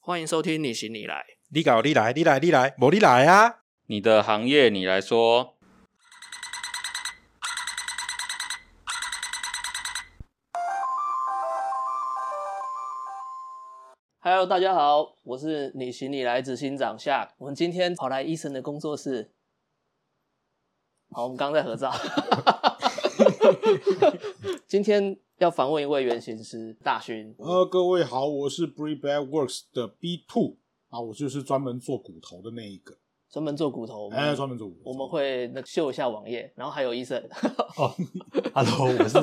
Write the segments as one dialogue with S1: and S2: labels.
S1: 欢迎收听你行你来，
S2: 你搞你来，你来你来，我你来啊！
S3: 你的行业你来说，
S1: Hello，大家好，我是你行你来执行长夏。我们今天跑来医生的工作室。好，我们刚刚在合照。 今天要访问一位原型师大勋。
S4: 呃，各位好，我是 Bree Bad Works 的 B Two 啊，我就是专门做骨头的那一个，
S1: 专门做骨头，我们
S4: 哎，专门做骨头。
S1: 我们会那秀一下网页，然后还有医生。
S5: 哦，Hello，我是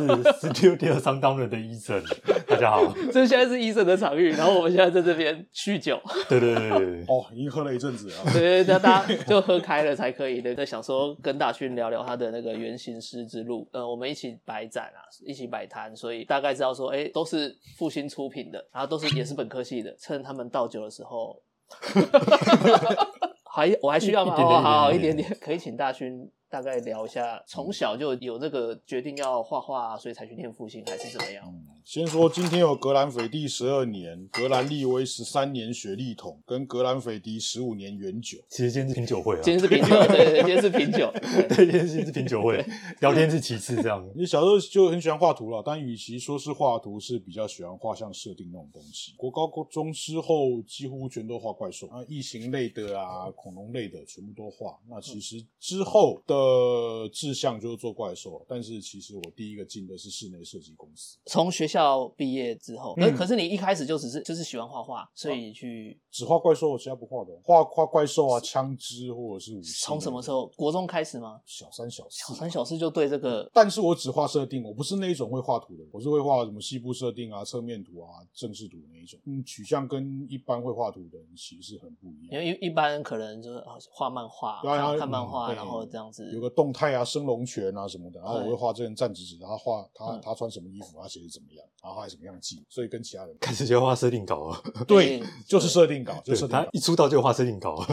S5: Studio 上当人的医生，大家好。
S1: 这现在是医生的场域，然后我们现在在这边酗酒，
S5: 对对对对对，
S4: 哦，已经喝了一阵子了。
S1: 对对对，大家就喝开了才可以的。在想说跟大勋聊聊他的那个原型师之路，呃，我们一起摆展啊，一起摆摊，所以大概知道说，哎，都是复兴出品的，然后都是也是本科系的，趁他们倒酒的时 候。还我还需要吗？
S5: 一点点
S1: 哦，好，一
S5: 一
S1: 点
S5: 点点
S1: 点，可以请大勋大概聊一下，从小就有那个决定要画画，啊所以才去念复兴，还是怎么样？
S4: 先说今天有格兰斐蒂十二年、格兰利威十三年雪莉桶，跟格兰斐迪十五年原酒。
S5: 其实今天是品酒会啊，
S1: 今天是品酒，对对对，今天是品酒。 对
S5: 对，今天是品酒会，聊天是其次，这样。
S4: 你小时候就很喜欢画图了，但与其说是画图，是比较喜欢画像设定那种东西。国高国中之后，几乎全都画怪兽啊，异形类的啊，恐龙类的全部都画。那其实之后的志向就是做怪兽，但是其实我第一个进的是室内设计公司，
S1: 从学校毕业之后，可、
S4: 嗯哦
S1: 可是你一开始就只是就是喜欢画画，所以你去
S4: 只画怪兽，其他不画的，画画怪兽啊，枪支或者是武器。
S1: 从什么时？候？国中开始吗？
S4: 小三小四。
S1: 小三小四就对这个
S4: 但是我只画设定，我不是那一种会画图的，我是会画什么西部设定啊、侧面图啊、正视图那一种。嗯，取向跟一般会画图的人其实是很不一
S1: 因
S4: 样。
S1: 为一一般可能就是啊画漫画，
S4: 对啊
S1: 看
S4: 嗯
S1: 看漫画，
S4: 对
S1: 然后这样子
S4: 有个动态啊、升龙拳啊什么的，然后我会画这人站直直，他画他
S1: 嗯
S4: 他穿什么衣服，他鞋子怎么样，然后他什么样的技能，所以跟其他人
S5: 开始就要画设定稿了，
S4: 对
S1: 对，
S4: 就是设定稿，就
S5: 对
S4: 是设定
S5: 他
S4: 稿，
S5: 一出道就画设定稿，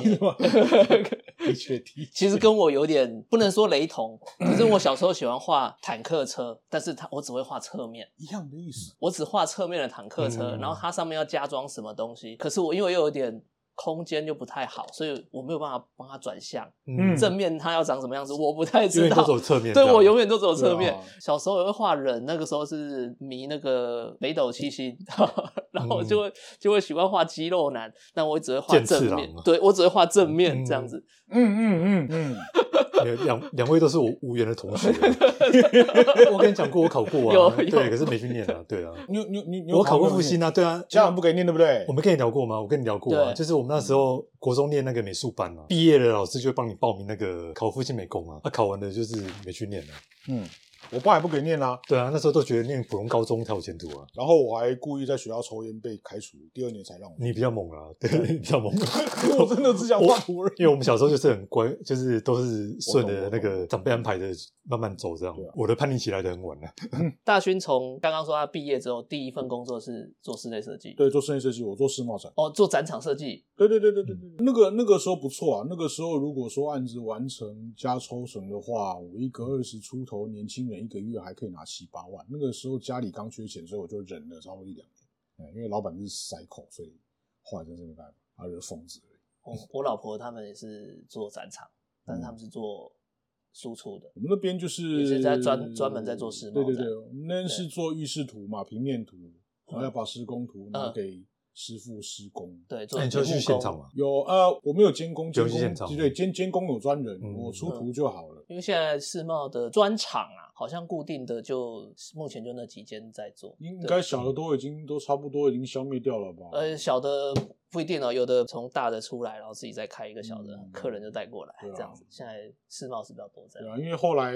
S4: 的确的
S1: 其实跟我有点不能说雷 同，可是我小时候喜欢画坦克车，但是它我只会画侧面，
S4: 一样的意思。
S1: 我只画侧面的坦克车，
S5: 嗯
S1: 然后它上面要加装什么东西，可是我因为又有点空间又不太好，所以我没有办法帮它转向，
S5: 嗯，
S1: 正面它要长什么样子我不太
S5: 因
S1: 知
S5: 为
S1: 道
S5: 都。走侧面这
S1: 对
S5: 样，
S1: 我永远都走侧面。
S4: 对啊
S1: 小时候也会画人，那个时候是迷那个北斗七星， 然后
S5: 嗯
S1: 就会、就会喜欢画肌肉男，但我只会画
S5: 剑次
S1: 正
S5: 郎
S1: 面
S5: 嘛，
S1: 对我只会画正面
S5: 嗯
S1: 这样子。
S4: 嗯嗯嗯嗯，
S5: 没有两两位都是我无缘的同学。我跟你讲过，我考过
S1: 有
S5: 啊，
S1: 有
S5: 对，可是没去念啊，对啊，
S4: 你有你有你有
S5: 我考过复兴啊，对啊，
S4: 家长不给念对不对
S5: 我？们跟你聊过吗？我跟你聊过啊，
S1: 对
S5: 就是我们那
S4: 嗯
S5: 时候国中念那个美术班啊，毕业了老师就会帮你报名那个考复兴美工啊，啊考完了就是没去念了、
S4: 嗯，我爸也不给念啦、
S5: 对啊，那时候都觉得念普通高中才有前途啊，
S4: 然后我还故意在学校抽烟被开除，第二年才让我。
S5: 你比较猛啊，对， 你比较猛、啊
S4: 我真的只想画图而已。
S5: 因为我们小时候就是很乖，就是都是顺着
S4: 我懂
S5: 那
S4: 我
S5: 个
S4: 懂
S5: 长辈安排的慢慢走这样
S4: 对啊。
S5: 我的叛逆期来的很晚啊了、
S1: 大勋从刚刚说他毕业之后，第一份工作是做室内设计，
S4: 对，做室内设计，我做世贸展。
S1: 哦，做展场设计，
S4: 对对对对对
S1: 嗯
S4: 对，那个那个时候不错啊。那个时候如果说案子完成加抽成的话，我一个二十出头年轻人，一个月还可以拿七八万。那个时候家里刚缺钱，所以我就忍了差不多一两年。嗯，因为老板就是塞口，所以后来真是没办法，他就是疯子而已。
S1: 我我老婆他们也是做展场，但是他们
S5: 嗯
S1: 是做输出的。
S4: 我们那边就是
S1: 也是在专专门在做世贸
S4: 对对
S1: 展
S4: 对，我们那边是做预示图嘛，平面图，然后要把施工图拿
S1: 嗯
S4: 给师傅施工。
S1: 对，做
S5: 那你就去
S1: 木
S5: 现
S1: 工
S5: 场。嘛，
S4: 有呃，我们有监工，监
S5: 有去现
S4: 工
S5: 场
S4: 对监监工有专人，
S5: 嗯
S4: 我出图就好了。
S1: 因为现在世贸的专场啊，好像固定的就目前就那几间在做，
S5: 嗯
S4: 应
S1: 对
S4: 该小的都已经都差不多已经消灭掉了吧？
S1: 呃，小的不一定哦，有的从大的出来，然后自己再开一个小的，
S4: 嗯
S1: 客人就带过来、
S4: 对啊
S1: 这样子。现在世贸是比较多这
S4: 对
S1: 样。
S4: 啊，因为后来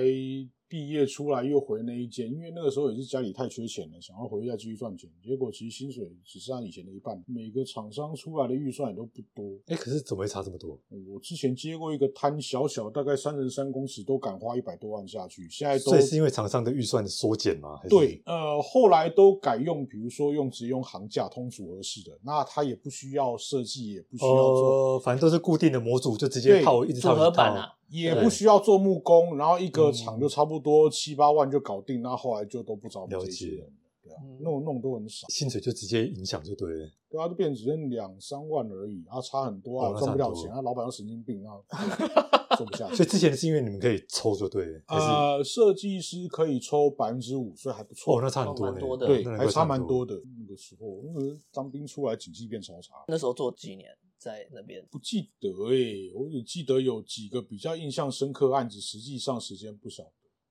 S4: 毕业出来又回那一间，因为那个时候也是家里太缺钱了，想要回去再继续赚钱，结果其实薪水只剩下以前的一半，每个厂商出来的预算也都不多。
S5: 哎、可是怎么会差这么多？
S4: 我之前接过一个摊，小小大概三十三公尺，都敢花一百多万下去，现在都
S5: 所以是因为厂商的预算缩减吗？还是
S4: 对，，呃，后来都改用，比如说用只用行价通组合式的，那它也不需要设计，也不需要做，
S5: 哦，反正都是固定的模组，就直接
S4: 对
S5: 套一直
S1: 组
S5: 套一
S1: 合
S5: 直
S1: 版
S5: 套
S1: 啊，
S4: 也
S1: 对
S4: 不需要做木工，然后一个
S5: 嗯
S4: 厂就差不多七八万就搞定，那后来就都不找我们
S5: 了
S4: 这些
S5: 解
S4: 人了。对啊
S1: 嗯，
S4: 那种那种都很少，
S5: 薪水就直接影响就对了。
S4: 对啊，就变只剩两三万而已，啊，差很多
S5: 哦
S4: 啊，
S5: 那
S4: 赚不
S5: 差
S4: 了
S5: 很多
S4: 钱啊，老板又神经病啊，那做不下去。
S5: 所以之前是因为你们可以抽就对了，还是、
S4: 呃，设计师可以抽百分之五，所以还不
S5: 哦
S4: 错。
S5: 那差很
S1: 哦
S5: 多、呢，
S1: 蛮多的
S4: 对
S5: 那，难
S4: 还
S5: 怪
S4: 差
S5: 很
S4: 蛮多的。那个时候，那个当兵出来，景气变超差。
S1: 那时候做几年在那边？
S4: 不记得诶、我只记得有几个比较印象深刻案子，实际上时间不晓得。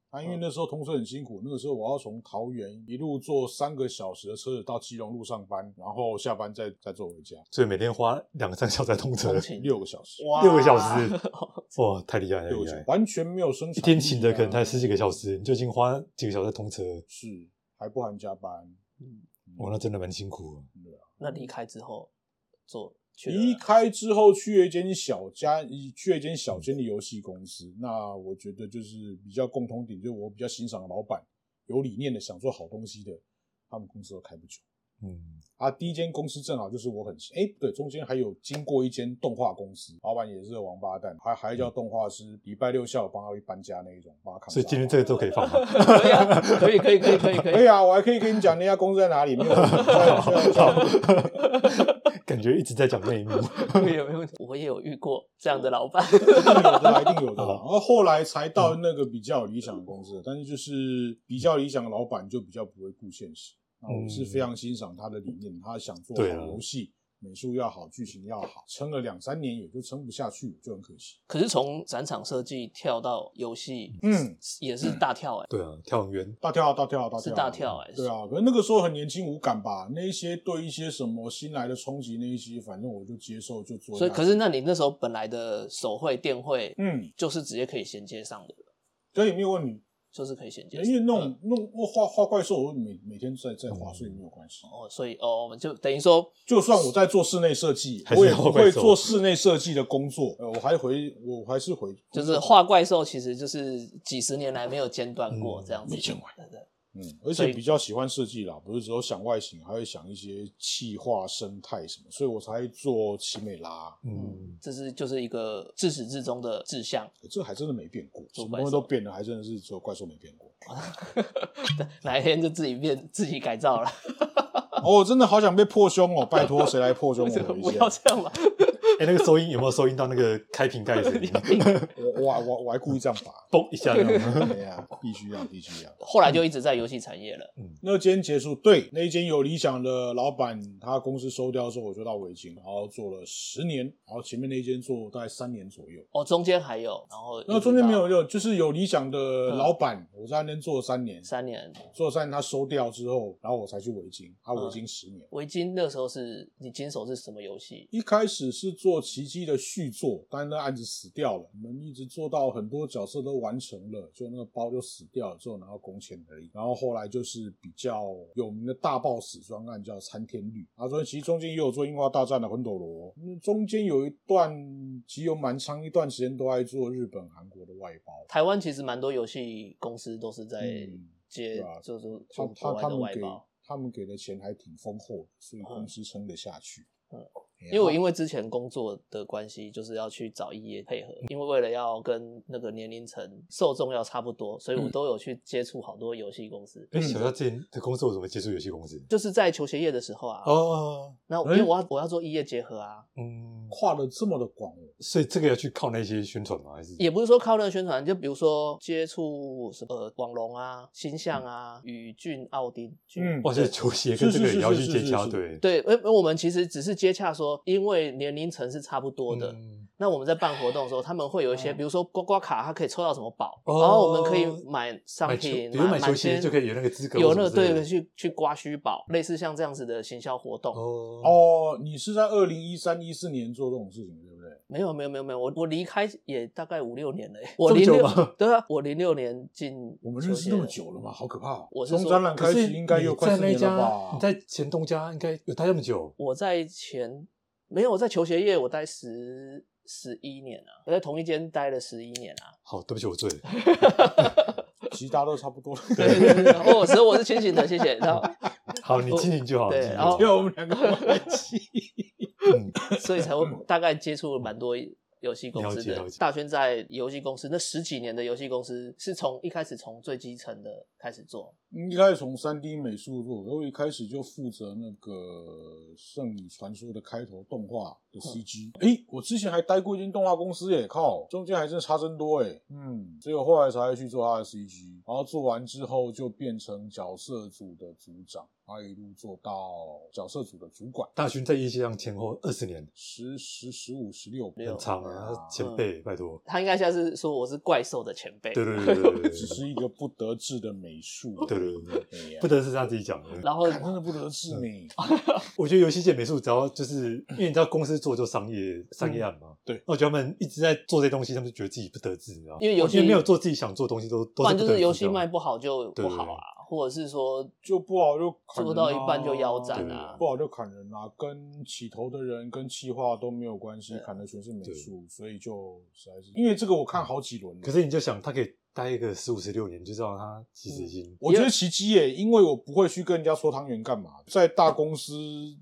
S4: 啊，
S5: 嗯
S4: 因为那时候同事很辛苦，那个时候我要从桃园一路坐三个小时的车子到基隆路上班，然后下班再再坐回家，
S5: 所以每天花两个三小时在通车
S1: 通，勤
S4: 六个小时，
S1: 哇
S5: 六个小时，哇，太厉害了，太
S4: 六
S5: 厉
S4: 个小时
S5: 害！
S4: 完全没有生产力啊、
S5: 哎一天请的可能才十
S4: 啊
S5: 几个小时，你就已经花几个小时在通车，
S4: 是，还不含加班。
S5: 哇，那真的蛮辛苦的。
S1: 那离开之后做去了
S4: 离开之后去了一间小家，去了一间小间的游戏公司。那我觉得就是比较共同点，就是我比较欣赏的老板有理念的，想做好东西的，他们公司都开不久。
S5: 嗯，
S4: 啊，第一间公司正好就是我很哎，不对，中间还有经过一间动画公司，老板也是个王八蛋，还还叫动画师，礼拜六下午帮他去搬家那一种，帮他扛。
S5: 嗯所以 今天这个都可以放吗？
S1: 可以 啊，可以可以可以可以可
S4: 可
S1: 以
S4: 以，啊，我还可以跟你讲那家公司在哪里，没 有？虽然虽然虽然
S5: 感觉一直在讲内幕。
S1: 可以有没有问题？我也有遇过这样的老板，
S4: 一定有的啦，一定有的啦。然后后来才
S5: 嗯
S4: 到那个比较有理想的公司，但是就是比较理想的老板就比较不会顾现实。那我是非常欣赏他的理念，他想做好
S5: 嗯对啊
S4: 游戏，美术要好，剧情要好，撑了两三年也就撑不下去，就很可惜。
S1: 可是从展场设计跳到游戏，
S4: 嗯，
S1: 也是大跳哎、
S5: 对啊，跳很远，
S4: 大跳啊，大跳啊，大跳啊，
S1: 是大跳哎
S4: 对啊，可是那个时候很年轻无感吧？那一些对一些什么新来的冲击，那一些反正我就接受就做下
S1: 所以
S4: 去。
S1: 可是那你那时候本来的手绘、电绘，
S4: 嗯，
S1: 就是直接可以衔接上的，
S4: 可以没有问题，
S1: 就是嗯可以衔接上。
S4: 因为那种那种画画怪兽，我每每天在在画，所以没有关系。
S1: 哦，所以哦，我们就等于说
S4: 就算我在做室内设计，
S5: 还是
S4: 我也
S5: 要
S4: 不
S5: 会
S4: 会
S5: 做
S4: 做室内设计的工作。呃，我还回，我还是回，
S1: 就是画怪兽，其实就是几十年来没有间断过
S5: 嗯
S1: 这样子，
S4: 没间断
S1: 对。对对
S4: 嗯，而
S1: 所以
S4: 且比较喜欢设计啦，不是只有想外形，还会想一些气化、生态什么，所以我才做奇美拉。
S5: 嗯，
S1: 这是就是一个自始至终的志向，
S4: 这还真的没变过，什
S1: 做
S4: 么
S1: 怪
S4: 东
S1: 兽
S4: 西都变了，还真的是只有怪兽没变过。
S1: 哪一天就自己变自己改造了，
S4: 哦，我真的好想被破胸哦！拜托，谁来破 胸
S1: 为什么
S4: 我
S1: 不
S4: 一
S1: 要
S4: 下？
S1: 这样 嘛？
S5: 哎、那个收音有没有收音到那个开瓶盖子 里面？。
S4: 我我还我我还故意这样拔
S5: 嘣一下这
S1: 嗯
S5: 样。
S4: 对呀，必须要，必须要。
S1: 后来就一直在游戏产业了，
S4: 那间结束，对，那一间有理想的老板，他公司收掉之后，我就到维京，然后做了十年，然后前面那一间做大概三年左右。
S1: 哦，中间还有，然后
S4: 那中间没有
S1: 一直
S4: 有，就是有理想的老板，我在那边做了三年
S1: 到，三年，
S4: 做了三年他收掉之后，然后我才去维京，啊，维京十年。
S1: 围巾那时候是你经手是什么游戏？
S4: 一开始是做奇迹的续作，但那案子死掉了。我们一直做到很多角色都完成了，就那个包就死掉了，之后拿到工钱而已。然后后来就是比较有名的大 boss 专案叫参天绿，啊，所以其实中间也有做樱花大战的魂斗罗，嗯中间有一段其实有蛮长一段时间都爱做日本、韩国的外包。
S1: 台湾其实蛮多游戏公司都是在
S4: 嗯
S1: 接，
S4: 对啊
S1: 就是
S4: 他
S1: 做国
S4: 他
S1: 外
S4: 他
S1: 的
S4: 们
S1: 外
S4: 给
S1: 包。
S4: 他们给的钱还挺丰厚的，所以公司撑得下去。
S1: 嗯
S4: 哎呀，
S1: 因为我因为之前工作的关系，就是要去找异业配合，因为为了要跟那个年龄层受众要差不多，所以
S5: 嗯
S1: 我都有去接触好多游戏公司。
S5: 哎、小夏之前的公司我怎么接触游戏公司？
S1: 就是在求学业的时候啊，
S5: 哦，
S1: 那因为我要我要做异业结合啊，
S5: 嗯，
S4: 跨的这么的广哦，
S5: 所以这个要去靠那些宣传吗？还是
S1: 也不是说靠那个宣传，就比如说接触什么呃网龙啊、星象啊、
S5: 嗯
S1: 宇俊、奥丁，
S4: 嗯
S5: 哇，所以球鞋跟这个也要去接洽，
S4: 是是是是
S5: 对
S1: 对，因为我们其实只是接洽说，因为年龄层是差不多的，
S5: 嗯
S1: 那我们在办活动的时候，他们会有一些，比如说刮刮卡，它可以抽到什么宝，
S5: 哦
S1: 然后我们可以买商
S5: 买球
S1: 品，
S5: 比如买球鞋
S1: 签
S5: 就可以有那个资格
S1: 有那
S5: 或
S1: 个
S5: 什么之类的
S1: 对，去去刮虚宝，类似像这样子的行销活动。
S5: 哦
S4: 哦，你是在二零一三一四年做这种事情，对不对？
S1: 没有没有没有没有，我我离开也大概五六年了耶，我
S5: 这么
S1: 零
S5: 久
S1: 六
S5: 吗
S1: 对啊，我零六年 进
S4: 我们认识那么久
S1: 球
S4: 了
S1: 鞋
S4: 嘛，好可怕、哦！
S1: 我是说
S4: 从展览
S5: 可
S4: 开
S5: 是
S4: 始应该有快
S5: 你
S4: 四
S5: 在那
S4: 年了
S5: 家，
S4: 吧
S5: 你？在前东家应该有待那么久，
S1: 我在前没有我在球鞋业我待十十一年啊，我在同一间待了十一年 啊。
S5: 好，对不起，我醉了。
S4: 其实大家都差不多。
S1: 对 对对对，哦，所以我是清醒的，谢谢。然后
S5: 好， 你清醒就好。
S1: 对
S5: 你清醒
S1: 然后
S5: 就
S4: 因
S5: 好
S4: 为我们 两个在一起，
S5: 嗯，
S1: 所以才会大概接触了蛮多游戏公司
S5: 了解
S1: 的
S5: 了。解
S1: 大圈在游戏公司那十几年的游戏公司，是从一开始从最基层的开始做，
S4: 一开始从三 D 美术入，我一开始就负责那个《圣女传说》的开头动画的
S5: 嗯
S4: CG。诶、我之前还待过一间动画公司耶，靠，中间还真差真多诶。嗯，所以我后来才去做他的 CG，然后做完之后就变成角色组的组长，然后一路做到角色组的主管，
S5: 大勋在业界上前后二十年，
S4: 十十十五十六，
S1: 没有
S5: 很长
S4: 对
S5: 啊，
S4: 啊
S5: 他前辈，拜托。
S1: 他应该现在是说我是怪兽的前辈，
S5: 对对对对对对
S4: 只是一个不得志的美术。哎
S5: 对对对对，
S4: 对呀
S5: 不得嗯是他自己讲的。
S1: 然后
S4: 看真的不得志呢。
S5: 我觉得游戏界美术只要就是因为你知道公司做就商
S1: 嗯
S5: 业商业案嘛，
S4: 对
S5: 那我觉得他们一直在做这些东西，他们就觉得自己不得志，你知道吗哦
S1: 因为游戏
S5: 没有做自己想做的东西都
S1: 不
S5: 都
S1: 然
S5: 不
S1: 就
S5: 得志
S1: 是
S5: 的
S1: 游戏卖不好就
S5: 对
S1: 不好啊，或者是说
S4: 就不好就砍人啊
S1: 做到一半就腰斩啊
S5: 对。
S4: 不好就砍人啊，跟起头的人跟气化都没有关系，砍的全是美术，所以就实在是因为这个我看好几轮了。
S5: 嗯可是你就想他可以待一个十五十六年，就知道他其
S1: 嗯
S5: 实已经
S4: 我觉得奇迹耶，因为我不会去跟人家搓汤圆干嘛。在大公司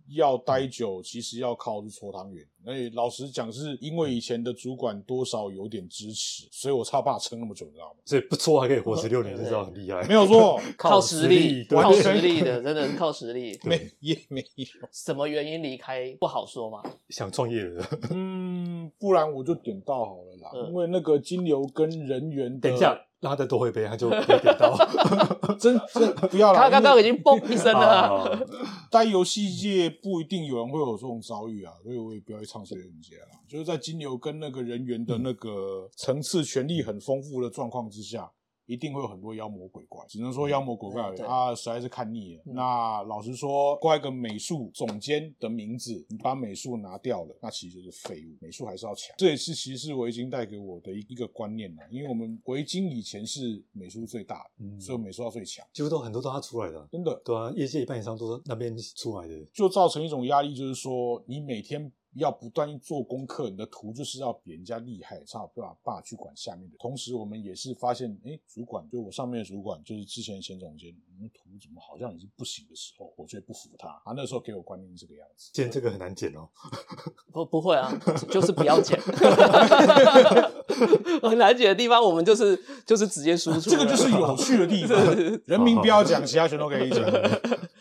S4: 要待
S5: 嗯
S4: 久，其实要靠是搓汤圆。所以老实讲，是因
S5: 嗯
S4: 为以前的主管多少有点支持，所以我差爸撑那么久，你知道吗？
S5: 所以不错，还可以活十六 年，就知道很厉害。
S4: 没有 错，
S1: 靠
S5: 实
S1: 力，
S5: 对
S1: 靠实力的，真的是靠实力。
S4: 没也没有。
S1: 什么原因离开不好说嘛。
S5: 想创业了。
S4: 嗯，不然我就点到好了啦，
S1: 嗯
S4: 因为那个金流跟人员的，
S5: 等一下，让他再多喝一杯，他就不会 跌倒。
S4: 真真不要啦，
S1: 他刚
S4: 因
S1: 刚
S4: 为
S1: 已经嘣一声了啊，
S5: 啊
S4: 在游戏界不一定有人会有这种遭遇啊，所以我也不要去唱衰人家啦。就是在金流跟那个人员的那个层次、权力很丰富的状况之下，一定会有很多妖魔鬼怪，只能说妖魔鬼怪
S1: 嗯对
S4: 啊，实在是看腻了。
S1: 嗯
S4: 那老实说，挂一个美术总监的名字，你把美术拿掉了，那其实就是废物。美术还是要强，这也是其实是维京带给我的一一个观念啦。因为我们维京以前是美术最大的，
S5: 嗯
S4: 所以美术要最强，
S5: 几乎都很多都他出来的啊，
S4: 真的。
S5: 对啊，业界一半以上都是那边出来的。
S4: 就造成一种压力，就是说你每天要不断做功课，你的图就是要比人家厉害，才有办法去管下面的。同时，我们也是发现，哎、主管就我上面的主管，就是之前的前总监，你们图怎么好像已经不行的时候，我就会不服他。他那时候给我观念是这个样子。
S5: 今天这个很难剪哦，
S1: 不不会啊，就是不要剪。 很难剪的地方，我们就是就是直接输出了。
S4: 这个就是有趣的地方
S1: 是，
S4: 人民不要讲，其他全都可以 讲，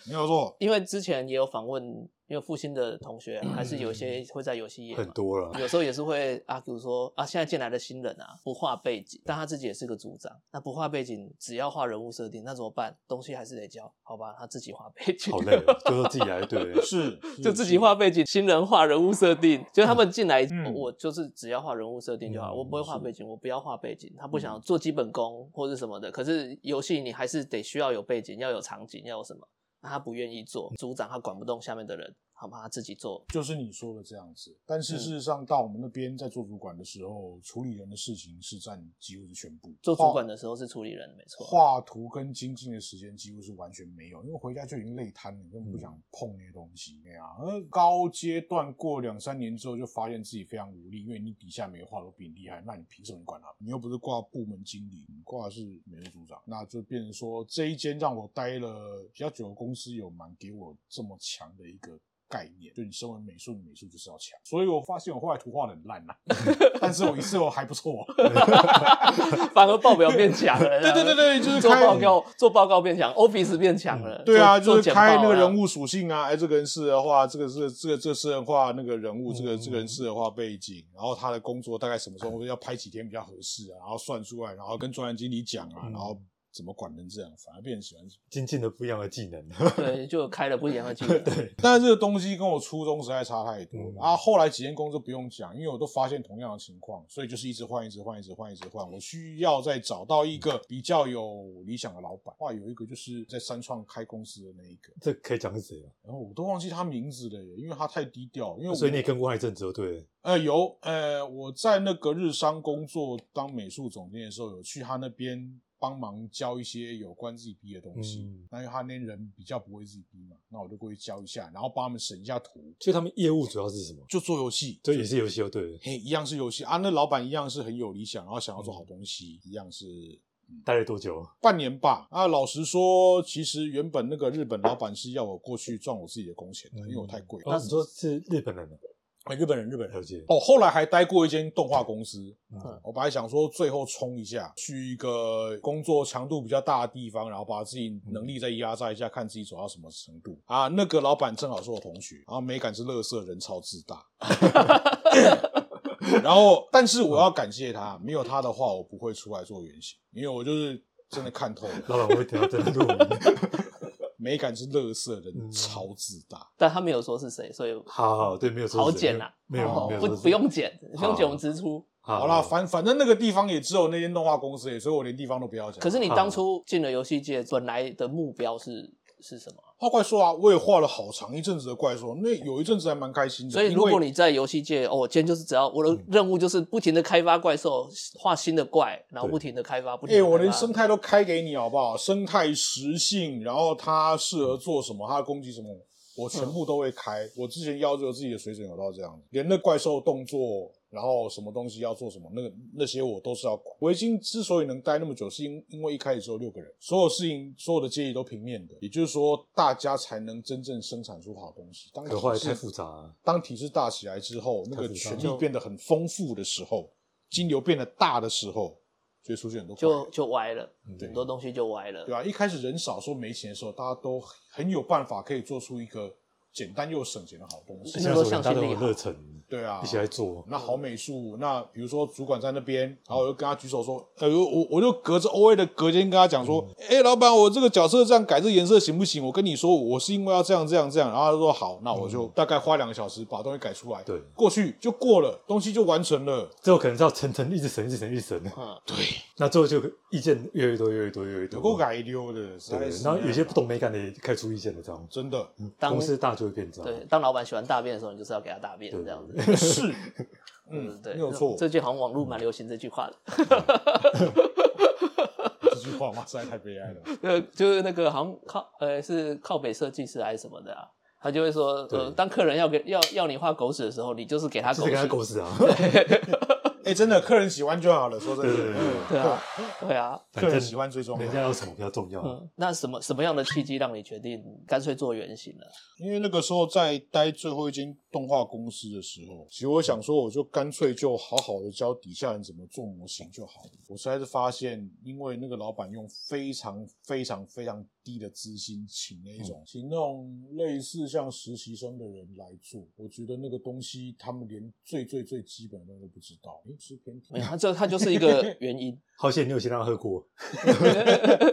S4: 没有错。
S1: 因为之前也有访问，因为复兴的同学、还是有一些会在游戏业嘛
S5: 很多了。
S1: 有时候也是会 argue 说啊，现在进来的新人啊，不画背景，但他自己也是个组长，那不画背景，只要画人物设定，那怎么办？东西还是得教，好吧？他自己画背景，
S5: 好累哦，就是自己来，对，
S4: 是， 是
S1: 就自己画，背景，新人画人物设定，就是他们进来，
S4: 嗯
S1: 我就是只要画人物设定就好，
S5: 嗯
S1: 我不会画背景，我不要画背景，他不想做基本功或者什么的。可是游戏你还是得需要有背景，要有场景，要有什么，那他不愿意做，组长他管不动下面的人，好吧，他自己做。
S4: 就是你说的这样子。但
S1: 嗯
S4: 是事实上，到我们那边在做主管的时候，处理人的事情是占几乎是全部。
S1: 做主
S4: 画
S1: 管的时候是处理人，没错。
S4: 画图跟精进的时间几乎是完全没有，因为回家就已经累瘫了，根本不想碰那些东西。对啊，而高阶段过两三年之后，就发现自己非常无力，因为你底下每个画都比你厉害，那你凭什么管他们？你又不是挂部门经理，你挂的是美术组长，那就变成说这一间让我待了比较久的公司，有蛮给我这么强的一个。概念，就你身为美术，你美术就是要强。所以我发现我后来图画的很烂啦、 但是我一次我还不错。
S1: 反而报表变强了。
S4: 对对对对就是
S1: 做
S4: 开
S1: 报告做报告变强，Office 变强了。
S4: 对啊，
S1: 做
S4: 就
S1: 做
S4: 是
S1: 简报
S4: 开那个
S1: 啊
S4: 人物属性啊，哎，这个人适合画，这个是这个这个适合画那个人物，这个这
S1: 嗯
S4: 个人适合画背景，然后他的工作大概什么时候要拍几天比较合适啊，然后算出来，然后跟专案经理讲啊，
S5: 嗯
S4: 然后怎么管成这样，反而变成喜欢。
S5: 精进了不一样的技能。
S1: 对，就开了不一样的技能。对，
S4: 但是这个东西跟我初衷实在差太多
S5: 嗯
S4: 啊。后来几间工作不用讲，因为我都发现同样的情况，所以就是一直换，一直换，一直换，一直换。我需要再找到一个比较有理想的老板。哇，有一个就是在三创开公司的那一个，
S5: 这可以讲是谁啊？
S4: 然后我都忘记他名字了耶，因为他太低调。因为我
S5: 所以你也跟过他一阵子，对了，
S4: 呃有呃我在那个日商工作当美术总监的时候，有去他那边帮忙教一些有关 ZB 的东西。
S5: 嗯
S4: 那因为他那人比较不会 ZB 嘛，那我就过去教一下，然后帮他们审一下图，
S5: 所以他们业务主要是什么？
S4: 就做游戏。
S5: 这也是游戏哦，对了，
S4: 嘿，一样是游戏啊。那老板一样是很有理想，然后想要做好东西，一样是
S5: 待了多久？
S4: 半年吧。啊，老实说，其实原本嗯那个日本老板是要我过去赚我自己的工钱的，因为我太贵了。
S5: 哦，你说是日本人啊？
S4: 哎日本人，日本人
S5: 了解
S4: 哦，后来还待过一间动画公司。
S5: 嗯
S4: 我本来想说最后冲一下，去一个工作强度比较大的地方，然后把自己能力再压榨一下，看自己走到什么程度啊。那个老板正好是我同学，然后美感是乐色，人超自大。 然后，但是我要感谢他，没有他的话，我不会出来做原型，因为我就是真的看透了，
S5: 老板会听到这个录音。
S4: 美感是乐色，人
S5: 嗯
S4: 超自大。
S1: 但他没有说是谁，所以
S5: 好好，对，没有说
S1: 好
S5: 是
S1: 剪啦，
S5: 没有
S1: 好
S5: 没有
S1: 不
S5: 说是
S1: 不用剪，不用剪，
S5: 好
S1: 我们直出。
S5: 好
S4: 好啦，反反正那个地方也只有那间动画公司而已，所以我连地方都不要讲。
S1: 可是你当初进了游戏界，本来的目标是是什么？
S4: 画怪兽啊，我也画了好长一阵子的怪兽，那有一阵子还蛮开心的。
S1: 所以
S4: 因
S1: 如
S4: 为
S1: 果你在游戏界，哦，我今天就是只要我
S5: 嗯
S1: 的任务就是不停的开发怪兽，画新的怪，然后
S5: 对
S1: 不停的开发，不
S4: 哎、
S1: 停的
S4: 我连生态都开给你好不好？生态实性，然后它适合做什么，它的攻击什么，我全部都会开。
S1: 嗯
S4: 我之前要求自己的水准有到这样子，连那怪兽动作，然后什么东西要做什么，那个那些我都是要管。维京之所以能待那么久，是因因为一开始只有六个人，所有事情所有的阶级都平面的，也就是说，大家才能真正生产出好东西。当
S5: 可后来
S4: 体制
S5: 太复杂了，
S4: 当体制大起来之后，那个权
S5: 太
S4: 力变得很丰富的时候，金流变得大的时候，所以出现很多怪
S1: 就
S4: 人
S1: 就歪了，
S5: 嗯
S4: 对
S1: 很多东西就歪了
S4: 对。吧、一开始人少说没钱的时候，大家都很有办法可以做出一个简单又省钱的好东西
S1: 嗯。
S5: 像
S1: 都
S5: 我们
S1: 向
S5: 大家
S1: 心
S5: 都
S1: 力
S5: 有
S1: 好
S5: 热忱，
S4: 对啊
S5: 一，起来做。
S4: 那好美术，那比如说主管在那边，然后我就跟他举手说，呃，我我我就隔着 O A 的隔间跟他讲说，
S5: 嗯
S4: 哎、老板，我这个角色这样改这个颜色行不行？我跟你说，我是因为要这样这样这样，然后他说好，那我就大概花两个小时把东西改出来，
S5: 嗯对
S4: 过去就过了，东西就完成了。
S5: 最后可能是要层层一直审，一直审，一直审。
S1: 嗯，
S5: 那最后就意见越来越多，越来越多，越来越
S4: 有
S5: 多。
S4: 够改溜的，哦实
S5: 对，
S4: 在是啊
S5: 然后有些不嗯懂美感的也开出意见了，这样
S4: 真的
S1: 当
S5: 公司大就会变这样。
S1: 对，当老板喜欢大便的时候，你就是要给他大便
S5: 对
S1: 这 样子。
S4: 是，
S1: 嗯，对，
S4: 没有错。
S1: 这句好像网络蛮流行这句 话的，
S4: 这句话哇，实在太悲哀了。
S1: 呃，就是那个好像靠呃是靠北设计师还是什么的啊，他就会说，呃，
S5: 对
S1: 当客人要给要要你画狗屎的时候，你就是给他狗
S5: 就是
S1: 屎
S5: 跟，他狗 屎啊，
S4: 哎，真的，客人喜欢就好了。说真
S5: 对对对
S4: 的，嗯
S1: 对啊，对啊，
S4: 客人喜欢最重
S5: 人
S4: 要。
S5: 家要什么比较重要。
S1: 嗯，那什么什么样的契机让你决定干脆做原型呢？
S4: 因为那个时候在待最后一间动画公司的时候，其实我想说，我就干脆就好好的教底下人怎么做模型就好了。我实在是发现，因为那个老板用非常非常非常低的资薪，请了一种、请那种类似像实习生的人来做，我觉得那个东西他们连最最最基本的都不知道，诶是偏题
S1: 没有，，他这他就是一个原 因，
S5: 好险你有先让他喝过，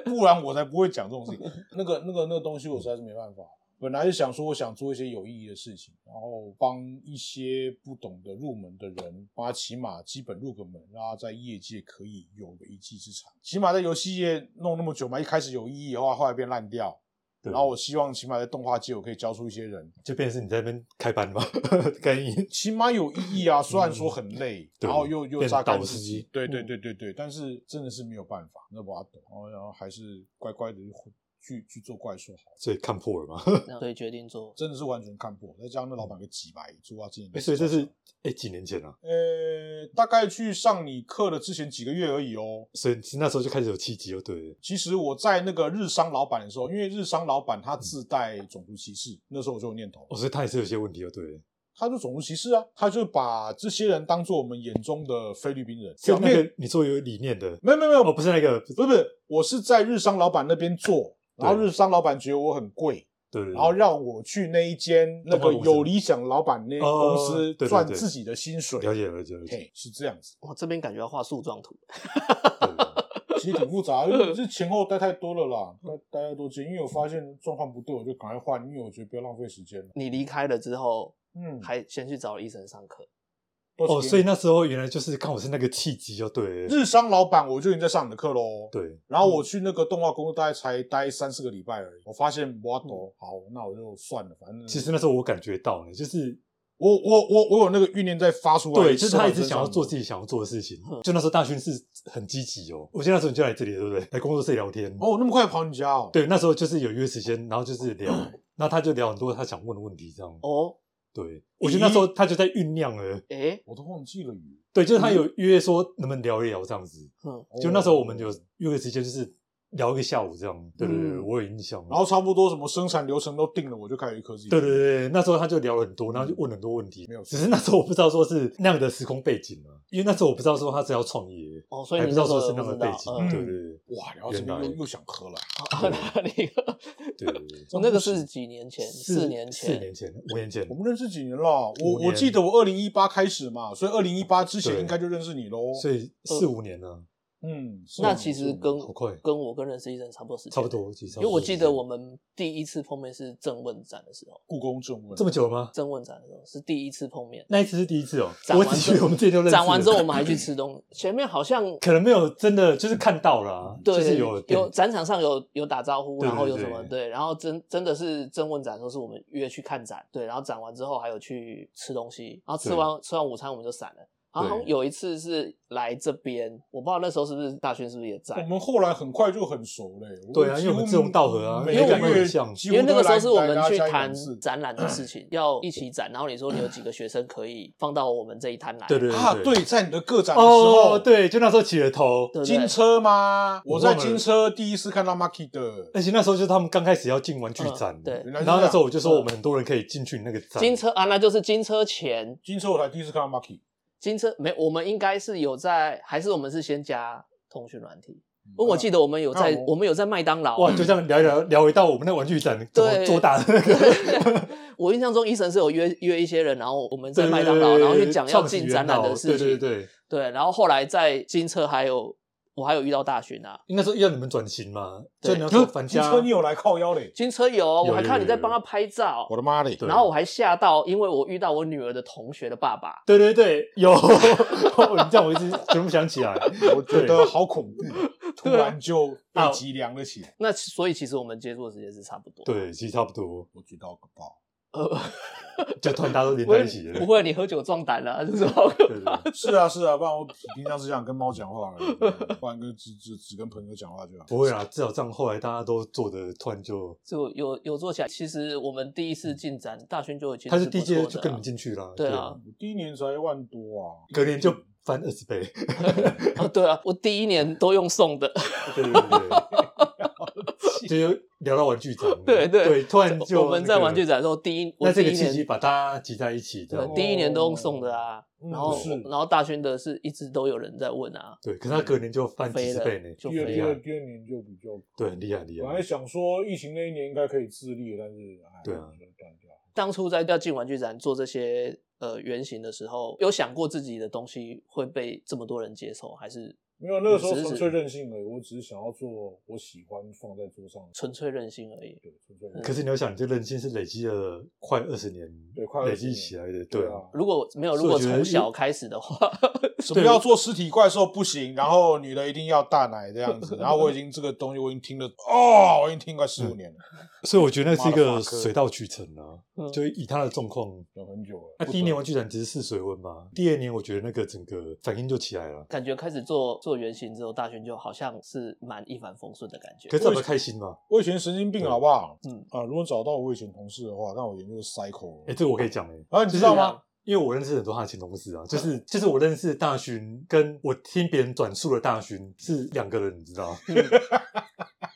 S4: 不然我才不会讲这种事情。那个、那个、那个东西，我实在是没办法。本来是想说，我想做一些有意义的事情，然后帮一些不懂得入门的人，帮他起码基本入个门，让他在业界可以有个一技之长。起码在游戏业弄那么久嘛，一开始有意义的话，后来变烂掉。
S5: 对
S4: 然后我希望起码在动画界，我可以教出一些人，
S5: 就变成是你在那边开班吧， 开音
S4: 起码有意义啊。虽然说很累，
S5: 嗯对
S4: 然后又又
S5: 变
S4: 榨干
S5: 导
S4: 自
S5: 师
S4: 己，对对对对对，但是真的是没有办法，那我懂。然后然后还是乖乖的去去做怪兽好了。
S5: 所以看破了嘛。
S1: 那所以决定做。
S4: 真的是完全看破，再加上那老板给挤白，猪啊，今
S5: 哎
S4: 年。
S5: 所以这是哎几年前啊，
S4: 呃，大概去上你课的之前几个月而已哦。
S5: 所以是那时候就开始有契机，就对了。
S4: 其实我在那个日商老板的时候，因为日商老板他自带种族歧视，那时候我就有念头
S5: 哦，，所以他也是有些问题，就对了。
S4: 他就种族歧视啊，他就把这些人当做我们眼中的菲律宾人，
S5: 是
S4: 表
S5: 那
S4: 面
S5: 个你做有理念的，
S4: 没有没有没有
S5: 哦，不是那个，
S4: 不是不是，我是在日商老板那边做，然后
S5: 对
S4: 日商老板觉得我很贵，
S5: 对对，
S4: 然后让我去那一间那个
S5: 动画公司
S4: 有理想老板那间公
S5: 哦
S4: 司
S5: 对对
S4: 赚
S5: 对
S4: 自己的薪水，
S5: 了解了解了解，
S4: 嘿，是这样子。
S1: 我这边感觉要画树状图，
S4: 其实挺复杂，因为这前后待太多了啦，待待太多间，因为我发现状况不对，我就赶快换，因为我觉得不要浪费时间了。
S1: 你离开了之后，
S4: 嗯，
S1: 还先去找了医生上课，
S5: 哦，所以
S4: 那
S5: 那时候原来就是刚好是那个契机，就对了。
S4: 日商老板我就已经在上你的课喽。，
S5: 对，
S4: 然后我去那个动画公司，大概才待三四个礼拜而已，我发现不抖，好，那我就算了，反正
S5: 嗯其实那时候我感觉到呢，就是
S4: 我我我我有那个欲念在发出来，
S5: 对，就是他一直想要做自
S4: 己。
S5: 己想要做的事情。
S4: 嗯
S5: 就那时候大勋是很积极哦，我记得那时候你就来这里了，对不对？来工作室聊天。
S4: 哦，那么快跑你家哦？
S5: 对，那时候就是有约时间，然后就是聊，那他就聊很多他想问的问题，这样。
S1: 嗯哦，
S5: 对，我觉得那时候他就在酝酿了。
S1: 诶，
S4: 我都忘记了鱼。
S5: 对，就是他有约说能不能聊一聊这样子。
S1: 嗯，
S5: 就那时候我们有约个时间，就是聊一个下午这样。对对对，
S4: 嗯
S5: 我有印象。
S4: 然后差不多什么生产流程都定了，我就开始一颗自己。
S5: 对对对，对那时候他就聊了很多，
S1: 嗯
S5: 然后就问很多问题。
S4: 没有错
S5: 只是那时候我不知道说是那样的时空背景啊，因为那时候我不知道说他是要创业，
S1: 哦，所以
S5: 还
S1: 你
S5: 不知
S1: 那时
S5: 道说
S1: 候
S5: 是
S1: 也
S5: 那
S1: 不
S5: 个
S1: 知
S5: 背
S1: 道，
S5: 景。
S1: 嗯
S5: 对对对
S4: 哇，聊到这边又又想喝 了，
S1: 啊哪里？
S5: 对对对，
S1: 哦那个是几年前，四年
S5: 四
S1: 前，嗯
S5: 年前，五年前
S4: 我。们认识几年了？
S5: 五
S4: 我
S5: 年
S4: 我记得我二零一八开始嘛，所以二零一八之前
S5: 对
S4: 应该就认识你喽。
S5: 所以四五年呢、
S4: 嗯，是
S1: 那其实跟
S5: 好快
S1: 跟我跟认识医生差不多时间，
S5: 差不多，其实差
S1: 因
S5: 不
S1: 为
S5: 多
S1: 我记得我们第一次碰面是正问展的时候，
S4: 故宫正问
S5: 这么久了吗？
S1: 正问展的时候是第一次碰面。
S5: 那一次是第一次哦、
S1: 展
S5: 我
S1: 完
S5: 只
S1: 之后
S5: 以为我们自己就认识了。
S1: 展完之后，我们还 去吃东西，前面好像
S5: 可能没有真的就是看到了啊、
S1: 对、
S5: 就是有
S1: 有展场上有有打招呼，
S5: 对对
S1: 然后有什么
S5: 对
S1: 对，然后真真的是真问展的时候是我们约去看展，对，然后展完之后还有去吃东西，然后吃完吃完午餐我们就散了。然后好像有一次是来这边，我不知道那时候是不是大轩是不是也在
S4: 我，们后来很快就很熟嘞。
S5: 对啊因为我们志同道合啊
S4: 因
S1: 因为我
S4: 为
S1: 们
S5: 很像
S1: 因为那个时候是我们去谈展览的事 情，要一起展，然后你说你有几个学生可以放到我们这一摊来，
S5: 对对
S4: 啊，对，在你的个展的时
S5: 哦，
S4: 候，
S5: 对，就那时候起了头，
S1: 对不对
S4: 金车吗？
S5: 我
S4: 我
S5: 忘了
S4: 在金车第一次看到 Maki 的，
S5: 而且那时候就是他们刚开始要进玩具展，
S1: 嗯对
S4: 原来是
S5: 然
S4: 这样
S5: 后那时候我就说我们很多人可以进去那个展，
S1: 金车啊，那就是金车前，
S4: 金车我才第一次看到 Maki。
S1: 金车没，我们应该是有在，还是我们是先加通讯软体？因为哦
S5: 嗯
S1: 我
S4: 嗯
S1: 记得我们有在
S4: 那，我
S1: 我们有在麦当劳。
S5: 哇，就这样聊一聊聊回到我们那玩具展怎么
S1: 嗯对
S5: 做大的那个，
S1: 我印象中，医生是有约约一些人，然后我们
S5: 对
S1: 在麦当劳，然后去讲要进展览的事情。
S5: 哦对对对，
S1: 对然后后来在金车还有我还有遇到大勋啊，
S5: 应该说要你们转型嘛，
S1: 对
S5: 就你要
S4: 可
S5: 说
S4: 是
S5: 返
S4: 嗯金
S5: 家，
S4: 车你有来靠腰嘞？
S1: 金车有，啊我还看你在
S5: 有有有
S1: 帮他拍照
S4: 我，的妈嘞！
S5: 对
S1: 然后我还吓到，因为我遇到我女儿的同学的爸爸。
S5: 对对对，有， 你这样我一直全部想起 来，
S4: 我觉得好恐怖，突然就
S1: 啊
S4: 背脊凉了起来，
S1: 那所以其实我们接触的时间是差不多。，
S5: 对，其实差不多，
S4: 我觉得好可怕。
S1: 呃，
S5: 就突然大家都连
S1: 不
S5: 在
S1: 会
S5: 一起了
S1: 不，会，你喝酒撞胆了、这是好可
S5: 对对对
S4: 是啊，是啊，不然我平常是想跟猫讲话而已，不然跟只只只跟朋友讲话就好。
S5: 不会啦，啊至少这样后来大家都做的突然就，
S1: 就有有做起来。其实我们第一次进展，大勋就已经
S5: 他是
S1: 不
S5: 第一
S1: 错
S5: 届
S1: 的
S5: 就跟你
S1: 啊
S5: 们进去啦，
S1: 对啊，
S4: 我第一年才一万多啊，
S5: 隔年就翻二 十倍，
S1: 啊，对啊，我第一年都用送的，
S5: 对对对对， 就又聊到玩具展，
S1: 对
S5: 对
S1: 对
S5: 突然就
S1: 我们在玩具展的时候，第一
S5: 那
S1: 我
S5: 个，那这
S1: 第
S5: 个
S1: 一
S5: 契机哦
S1: 年
S5: 把大家集在一起，这
S1: 对
S5: 样
S1: 第一年都用送的啊，
S4: 嗯
S1: 然后
S4: 是
S1: 然后大勋的是一直都有人在问啊，
S5: 对，可是他隔年就翻几
S1: 飞
S5: 十
S1: 了
S5: 倍呢，
S1: 就
S4: 第二
S1: 飞
S4: 第
S1: 了
S4: 二，第二年就比较
S5: 对，很厉害很厉
S4: 本来
S5: 害，
S4: 想说疫情那一年应该可以自立，但是哎，
S5: 对啊
S4: 就断掉了。
S1: 当初在要进玩具展做这些呃原型的时候，有想过自己的东西会被这么多人接受，还是
S4: 没有，那个时候
S1: 只是
S4: 纯粹任性而已，我只是想要做我喜欢放在桌上的，
S1: 纯粹任性而已？
S4: 对，纯粹任性。
S5: 可是你要想，这人性是累积了快二十年，
S4: 对快
S5: 累
S4: 20
S5: 积
S4: 年
S5: 起来的，
S4: 对
S5: 对啊，
S4: 啊，
S1: 如果没有，
S5: 所
S1: 如
S5: 以
S1: 果
S5: 我觉得
S1: 从小开始的 话，
S4: 什么要做尸体怪兽不行，然后女的一定要大奶这样子，然后我已经这个东西我已经听了哦，我已经听快十
S5: 嗯
S4: 五年了，
S5: 所以我觉得那是一个
S4: Motherfucker
S5: 水到渠成啊，
S1: 嗯
S5: 就以他的状况。
S4: 有很久了。
S5: 那第一年玩具展只是试水温嘛，第二年我觉得那个整个反应就起来了，
S1: 感觉开始做做原型之后，大勋就好像是蛮一帆风顺的感觉
S5: 可。是这么开心嘛？
S4: 我以前神经病好不好？
S1: 嗯
S4: 啊，如果找到我以前同事的话，那我研究 cycle。
S5: 哎，这个我可以讲哎，
S4: 然后你知道
S1: 就是
S4: 吗嗯
S1: 啊？
S5: 因为我认识很多他的前同事啊，就是就是我认识的大勋，跟我听别人转述的大勋是两个人，你知道吗？
S4: 嗯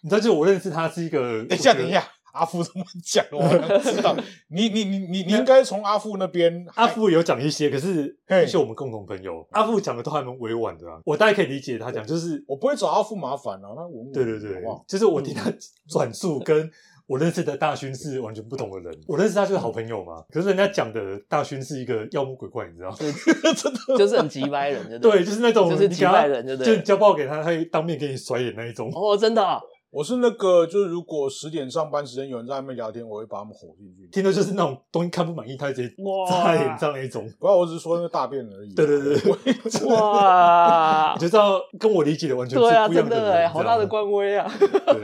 S5: 你知道，就是我认识他是 一个，
S4: 哎等一下，等一，下，阿富怎么讲？啊我好像知道，你你你你你应该从阿富那边。
S5: 阿富有讲一些，可是
S4: 嘿
S5: 一些我们共同朋友，阿富讲的都还蛮委婉的啊，我大概可以理解他讲，就是
S4: 我不会找阿富麻烦啊，那我
S1: 嗯
S5: 对对对
S4: 好不好，
S5: 就是我听他 转述跟。我认识的大勋是完全不同的人，我认识他就是好朋友嘛。可是人家讲的大勋是一个妖魔鬼怪，你知道吗？
S1: 就是很急掰人，真的
S5: 对，就是那种
S1: 就是
S5: 你
S1: 击
S5: 给他
S1: 败人，对不
S5: 就你
S1: 对？
S5: 交报给他，他会当面给你甩脸那一种。
S1: 哦，真的啊、
S4: 我是那个，就是如果十点上班时间有人在外面聊天，我会把他们吼进去。
S5: 听到就是那种东西看不满意，他就直接
S1: 哇
S5: 擦脸上那一种。
S4: 不要，我只是说那个大便而已。啊
S5: 对对对对
S4: 我一直
S1: 哇
S5: 你， 就知道跟我理解的完全是
S1: 对啊，
S5: 不一
S1: 真
S5: 样
S1: 的
S5: 人，
S1: 哎，
S5: 你
S1: 好
S5: 知道
S1: 大的
S5: 吗
S1: 官威啊！
S5: 对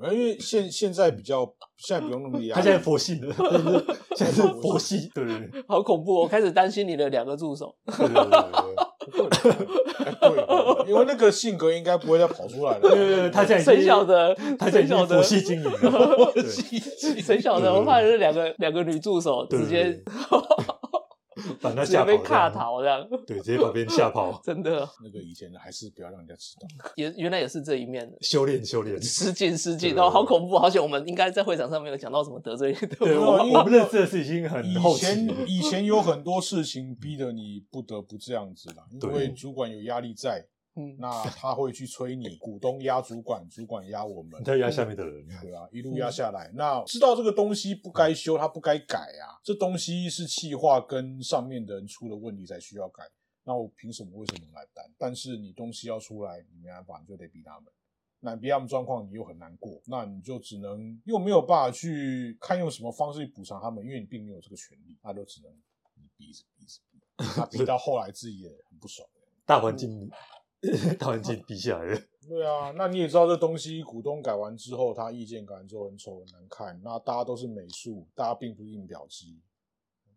S4: 没有因为现现在比较，现在不用那么压抑。
S5: 他现 在佛 系的，现在是佛系，对对对对
S1: 好恐怖、哦，我开始担心你的两个助手。
S5: 对对对
S4: 哎对，因为那个性格应该不会再跑出来了。
S5: 对对 对，他现在
S1: 谁
S5: 已经
S1: 晓得？
S5: 他现在
S1: 谁
S5: 已
S1: 晓
S5: 经
S1: 得
S5: 佛？系经营 了，对
S1: 谁晓得？我怕是两个两个女助手
S5: 对
S1: 直接
S5: 把他
S1: 直接
S5: 吓跑，
S1: 被卡，逃这样，，
S5: 对，直接把别人吓跑
S1: 真的，
S4: 那个以前的还是不要让人家知道。
S1: 也原来也是这一面的。
S5: 修炼修炼。
S1: 失敬失敬，
S5: 对
S1: 然后好恐怖，好险！我们应该在会场上没有讲到什么得罪人
S5: 对
S1: 的
S5: 我
S1: 话
S5: 们，我们认识的事已经很后
S4: 以
S5: 期
S4: 前
S5: 了，
S4: 以前有很多事情逼得你不得不这样子啦，因
S5: 对
S4: 为主管有压力在，
S1: 嗯，
S4: 那他会去催你，股东压主管，主管压我们
S5: 你。在压下面的人，
S4: 对啊，一路压下来。那知道这个东西不该修，它不该改啊。这东西是气化跟上面的人出了问题才需要改。那我凭什么？为什么来担？但是你东西要出来，你没办法，你就得逼他们。那你逼他们状况，你又很难过，那你就只能又没有办法去看用什么方式去补偿他们，因为你并没有这个权利，那就只能你逼着逼着逼，那逼到后来自己也很不爽。
S5: 大环境大环境逼下来了，
S4: 对啊，那你也知道这东西，股东改完之后，他意见改完之后很丑很难看。那大家都是美术，大家并不是印表机，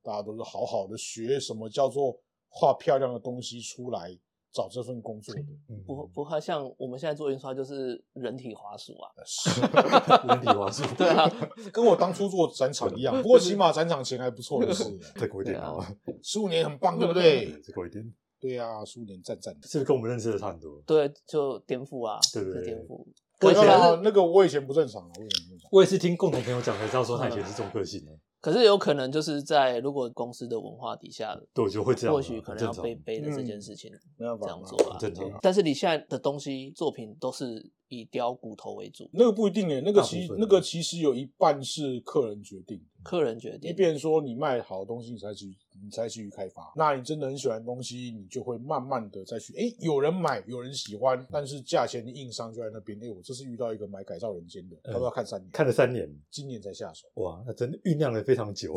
S4: 大家都是好好的学什么叫做画漂亮的东西出来找这份工作的。
S5: 嗯
S1: 不不太像我们现在做印刷就是人体滑鼠啊，
S4: 呃是
S5: 人体话术，
S1: 对啊，
S4: 跟我当初做展场一样，不过起码展场钱还不错，就是
S5: 再过一
S1: 啊
S5: 点好吧，
S4: 十五年很棒，对不对？
S5: 再过一点，
S4: 对啊，十五年赞赞的。
S5: 是不是跟我们认识的差很多？
S1: 对，就颠覆啊，
S5: 对对
S1: 是
S5: 对
S1: 颠覆。
S5: 我以前
S4: 刚
S1: 可
S4: 好
S1: 是
S4: 那个我以前不正常啊，我以前不正常。
S5: 我也是听共同朋友讲才知道，说他以前是这种个性的，
S1: 可是有可能就是在如果公司的文化底下，
S5: 对，我觉得会这样啊，
S1: 或许可能要
S5: 很正常嗯
S1: 背背的这件事情
S4: 没办法
S1: 这样做啊
S5: 很。正常。
S1: 但是你现在的东西作品都是以雕骨头为主，
S4: 那个不一定诶、欸那个
S5: 大部
S4: 其
S5: 分
S4: 那个其实有一半是客人决定的。
S1: 客人决
S4: 一
S1: 定。
S4: 变说你卖好东西，你才去，你才去开发。那你真的很喜欢的东西，你就会慢慢的再去，哎、有人买，有人喜欢，但是价钱的硬伤就在那边。哎、我这次遇到一个买改造人间的，
S5: 嗯
S4: 他都要看三年，
S5: 看了三年，
S4: 今年才下手。
S5: 哇，那真的酝酿了非常久，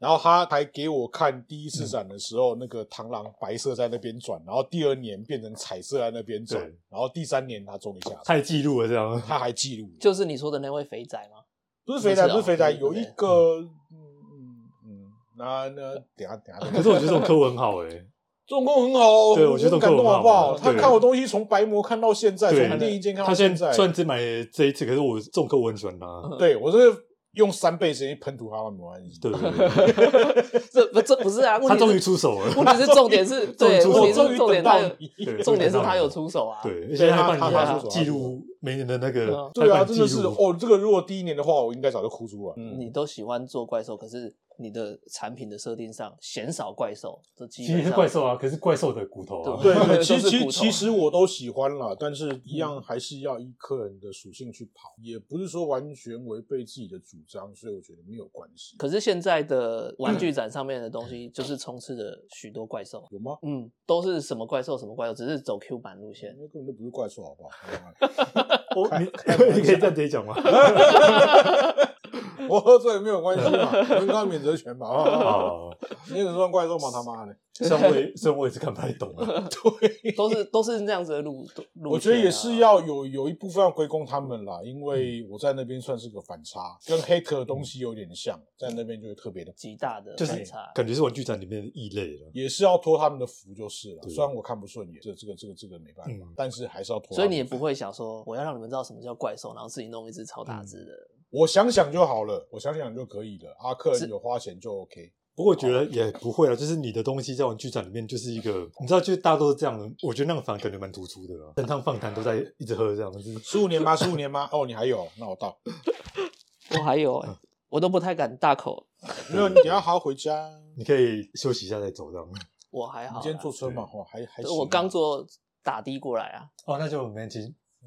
S4: 然后他还给我看第一次展的时候，那个螳螂白色在那边转，然后第二年变成彩色在那边转
S5: 对，
S4: 然后第三年他终于下手，
S5: 太记录了这样。
S4: 他还记录了，
S1: 就是你说的那位肥仔吗？
S4: 不是肥宅，
S1: 不是啊
S4: 不是肥宅，
S1: 对对
S4: 有
S1: 对
S4: 一个，嗯嗯嗯，那那等一下等一下等一下
S5: 哦可是我觉得这种科文好哎、
S4: 这种工很好哦，
S5: 对我觉得
S4: 很感动
S5: 这种工
S4: 好不好？
S5: 很好
S4: 他
S5: 对
S4: 看我东西从白膜看到现在，
S5: 对
S4: 从第一件看到
S5: 他现
S4: 在
S5: 在，虽然只买这一次，可是我这种科我很喜欢他。
S4: 对我是用三倍时间喷涂他们没关系。
S5: 对对 对，
S1: 这不这不是啊，
S5: 他
S1: 问题
S5: 终于
S1: 是
S5: 出手了。
S1: 问题是重点是对，
S5: 终于
S1: 问题
S4: 我
S5: 出手
S4: 终
S1: 是
S4: 于
S1: 重
S4: 等
S1: 点他
S4: 到
S1: 有
S4: 你，
S5: 对
S1: 重点是他有出手啊。
S5: 对，而且他
S4: 他
S5: 帮
S4: 他
S1: 他出
S5: 你
S4: 手
S5: 记录每年的那个，
S4: 对啊，
S5: 他帮你
S4: 真
S5: 记
S4: 的
S5: 录
S4: 是哦，这个如果第一年的话，我应该早就哭出来。嗯，
S1: 你都喜欢做怪兽，可是你的产品的设定上鲜少怪兽，这基
S5: 其
S1: 本
S5: 实是
S1: 上
S5: 怪兽啊，可是怪兽的骨头啊，
S4: 对
S1: 对
S4: 对，其
S1: 都
S4: 实
S1: 是
S4: 其
S1: 骨
S4: 实
S1: 头
S4: 其实我都喜欢啦，但是一样还是要依客人的属性去跑，也不是说完全违背自己的主张，所以我觉得没有关系。
S1: 可是现在 的玩具展上面的东西，就是充斥着许多怪兽，
S4: 有吗？
S1: 嗯，都是什么怪兽什么怪兽，只是走 Q 版路 线。
S4: 那根本就不是怪兽，好不 好？
S5: 我 你你 可以这样直接讲吗？
S4: 我喝醉没有关 系嘛，我应该免责权嘛。啊啊啊
S5: 啊，
S1: 哦
S4: 你能算怪兽吗？他妈的！
S1: 啊
S5: 虽然我也虽然我也是看不太懂 啊，
S1: 都是都是那样子的路路、啊
S4: 我觉得也是。要有有一部分要归功他们啦，因为我在那边算是个反差，跟黑客的东西有点像，
S1: 嗯
S4: 在那边就会特别的，
S1: 极大的
S5: 就是
S1: 反差，
S5: 感觉是玩具展里面的异类了。
S4: 也是要托他们的福就是了。
S5: 对
S4: 虽然我看不顺眼，这这个这个这个没办法
S5: 嗯，
S4: 但是还是要托。
S1: 所以你也不，会想说我要让你们知道什么叫怪兽，然后自己弄一只超
S4: 嗯
S1: 大只的。
S4: 我想想就好了，我想想就可以了。啊，客人有花钱就 OK。
S5: 不过我觉得也不会啊，就是你的东西在玩具展里面就是一个，你知道，就是大家都是这样的，我觉得那样反而感觉蛮突出的啦。整趟放谈都在一直喝这样，就是
S4: 十五年吗？十五年吗？哦，你还有，那我到。
S1: 我还有
S4: 嗯
S1: 哎、我都不太敢大口，
S4: 没有，你等一下还要回家。
S5: 你可以休息一下再走这样。
S1: 我还
S4: 你
S1: 好啦。啊
S4: 今天坐车嘛？哦，还还行啊。
S1: 我刚坐打的过来啊，
S5: 哦，那就没关系，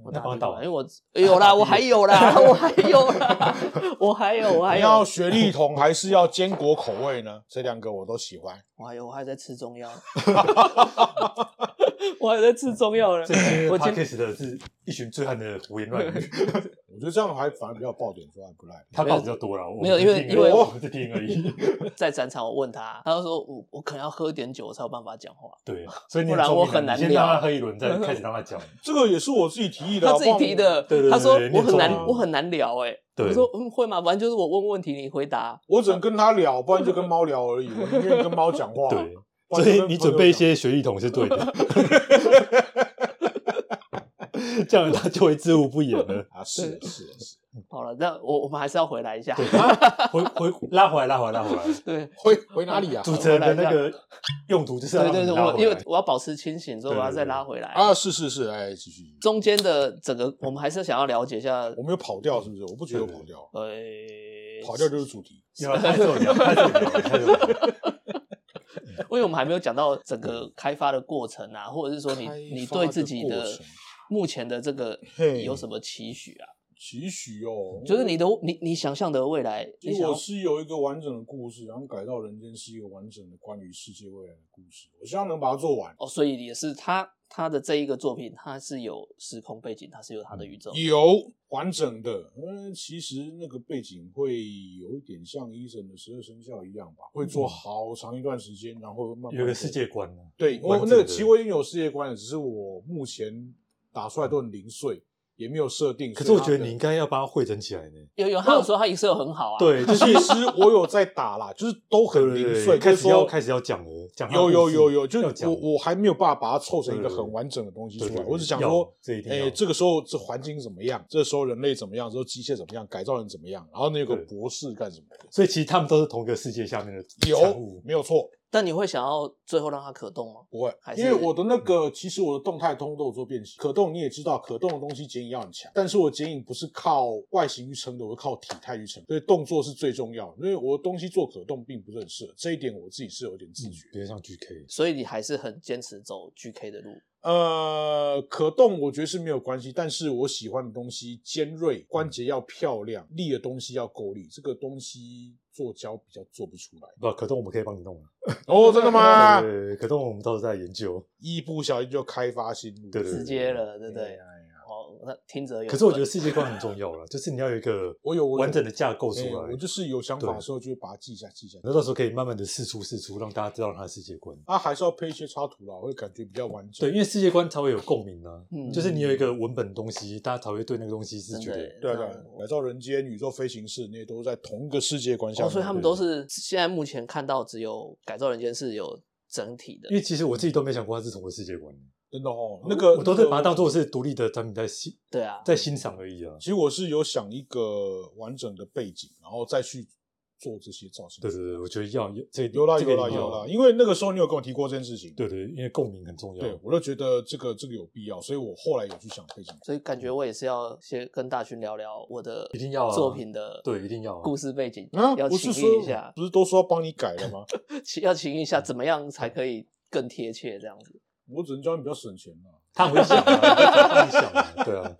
S1: 我
S5: 那
S1: 打
S5: 帮
S1: 的
S5: 他
S1: 过
S5: 倒哎
S1: 来，因为我 有啦，我还有啦，我还有啦，我还有，我还
S4: 你要
S1: 有，
S4: 学历桶还是要坚果口味呢？这两个我都喜欢。
S1: 我还有，哎我还在吃中药， 我还在吃中药呢
S5: 这。些
S1: 我
S5: p o
S1: 今
S5: d c a s 的是一群醉汉的胡言乱语，
S4: 我觉得这样还反而比较爆点，说还不赖。
S5: 他报比较多了。我
S1: 没有因为
S5: 我只听而已
S1: 因为
S5: 我只听而已。
S1: 在展场，我问他，他就说我我可能要喝点酒才有办法讲话。
S5: 对，所以你
S1: 不然
S5: 聪
S1: 我
S5: 明啊
S1: 很难
S5: 你先让
S1: 聊
S5: 他喝一 轮，再开始让他讲。
S4: 这个也是我自己提议的啊、
S1: 他自己提的，
S5: 对对对
S1: 他说
S5: 对
S1: 我
S5: 念
S1: 很
S5: 中
S1: 难
S5: 文，
S1: 我很难聊哎、
S5: 对
S1: 我说嗯会吗？反正就是我问问题你回答，
S4: 我只能跟他聊，不然就跟猫聊而已。我宁愿跟猫讲话。
S5: 对，
S4: 不然就
S5: 所
S4: 跟
S5: 以
S4: 朋友
S5: 你准备一
S4: 讲
S5: 些学历桶是对的， 这样他就会知无不言了。
S4: 啊，是是是，
S1: 好了，那我我们还是要回来一下。
S5: 回回拉回来，拉回来，拉回来。
S1: 对
S4: 回回哪里啊？
S5: 主持人的那个用途就是要
S1: 对对对，
S5: 让你拉
S1: 我
S5: 回
S1: 因
S5: 来
S1: 为我要保持清醒，所以我要再
S5: 对对对
S1: 拉回来。
S4: 啊，是是是，哎，继续。
S1: 中间的整个，我们还是想要了解一下，
S4: 我们有跑掉是不是？我不觉得有跑掉，
S1: 呃，
S4: 跑掉就是主 题。
S5: 有啊他是有聊，他是有聊，他是有聊。
S1: 因为我们还没有讲到整个开发的过程啊，或者是说你
S4: 开发的
S1: 你对自己的
S4: 过程
S1: 目前的这个
S4: 嘿
S1: 有什么期许啊？
S4: 期许哦，
S1: 就是你的你你想象的未来，
S4: 其
S1: 你
S4: 实
S1: 想
S4: 我
S1: 要
S4: 是有一个完整的故事，然后改造人间是一个完整的关于世界未来的故事。我希望能把它做完。
S1: 哦，所以也是他他的这一个作品，它是有时空背景，它是有它
S4: 嗯
S1: 的宇宙。
S4: 有完整的，嗯，其实那个背景会有一点像医生的十二生肖一样吧，会做好长一段时间，然后慢慢
S5: 嗯有个
S4: 地
S5: 世界观呢、
S4: 对，我
S5: 完整
S4: 那个
S5: 的
S4: 其实我已经有世界观了，只是我目前打出来都很零碎，也没有设定。
S5: 可是
S4: 所以
S5: 我
S4: 它
S5: 觉得
S4: 的
S5: 你应该要把它汇整起来呢。
S1: 有有，他有说他 Excel 很好啊。，
S5: 对，就是
S4: 其实我有在打啦， 就是都很零
S5: 对
S4: 碎，
S5: 开
S4: 就是
S5: 始要
S4: 说
S5: 开始要讲了，讲他的
S4: 有有
S5: 故事
S4: 有有，就
S5: 要
S4: 是
S5: 讲
S4: 我我还没有办法把它凑成一个
S5: 对对对
S4: 很完整的东西
S5: 对
S4: 出
S5: 对
S4: 来，
S5: 对
S4: 我只想
S5: 要
S4: 说
S5: 这一，定要
S4: 哎，这个时候这环境怎么样？这时候人类怎么样？这时候机械怎么样？改造人怎么样？然后那个
S5: 对
S4: 博士干什么？
S5: 所以其实他们都是同一个世界下面的产
S4: 有
S5: 物。
S4: 没有错？
S1: 但你会想要最后让它可动吗？
S4: 不会
S1: 还，是
S4: 因为我的那
S5: 嗯
S4: 个其实我的动态通都有做变形，可动你也知道，可动的东西剪影要很强，但是我剪影不是靠外形去撑的，我是靠体态去撑，所以动作是最重要的。因为我的东西做可动并不是很适合，这一点我自己是有点自
S5: 嗯
S4: 觉。，
S5: 比如像 GK，
S1: 所以你还是很坚持走 GK 的路。
S4: 呃，可动我觉得是没有关系，但是我喜欢的东西尖锐，关
S5: 嗯
S4: 节要漂亮，力的东西要够力，这个东西做胶比较做不出来。
S5: 不，可动我们可以帮你弄啊。
S4: 哦，真的
S1: 啊
S4: 吗？
S5: 对，对对可动我们到时候再研究。
S4: 一不小心就开发新路，
S5: 对对对直
S1: 接了对不对
S4: 哎呀哎呀
S1: 哦，那听者有。
S5: 可是我觉得，世界观很重要了，就是你要有一个
S4: 我有我有
S5: 完整的架构出
S4: 哎
S5: 来
S4: 我，就是有想法的
S5: 对
S4: 时候就会把它记一下记一下。
S5: 那到时候可以慢慢的试出试出，让大家知道他的世界观。
S4: 啊，还是要配一些插图啦，会感觉比较完整。
S5: 对，因为世界观才会有共鸣啊，
S1: 嗯
S5: 就是你有一个文本的东西，大家才会对那个东西是觉
S1: 真
S5: 得
S1: 的
S4: 对啊对啊，改造人间、宇宙飞行士那些都是在同一个世界观下
S1: 哦，
S4: 面。
S1: 所以他们都是现在目前看到只有改造人间是有整体的
S5: 因。为其实我自己都没想过它是同个世界观，
S4: 真的哦，那个
S5: 我都是把它当
S4: 做。
S5: 做是独立的产品在欣
S1: 对啊，
S5: 在欣赏而已啊。
S4: 其实我是有想一个完整的背景，然后再去做这些造型。
S5: 对对对，我觉得要有这
S4: 有啦
S5: 这个
S4: 有啦
S5: 一定要
S4: 有啦，因为那个时候你有跟我提过这件事情。
S5: 对对，因为共鸣很重要。
S4: 对，我就觉得这个这个有必要，所以我后来有去想背景。
S1: 所以感觉我也是要先跟大勋聊聊我的
S5: 一定要啊
S1: 作品的
S5: 对一定要啊
S1: 故事背景
S4: 啊，
S1: 要
S4: 不
S1: 情
S4: 是
S1: 谊
S4: 说
S1: 一下，
S4: 不是都说要帮你改了吗？
S1: 情要情谊一下，怎么样才可以更贴切这样子？
S4: 我只能教你比较省钱 啦。
S5: 他很会想啊，他很会想啊，对啊，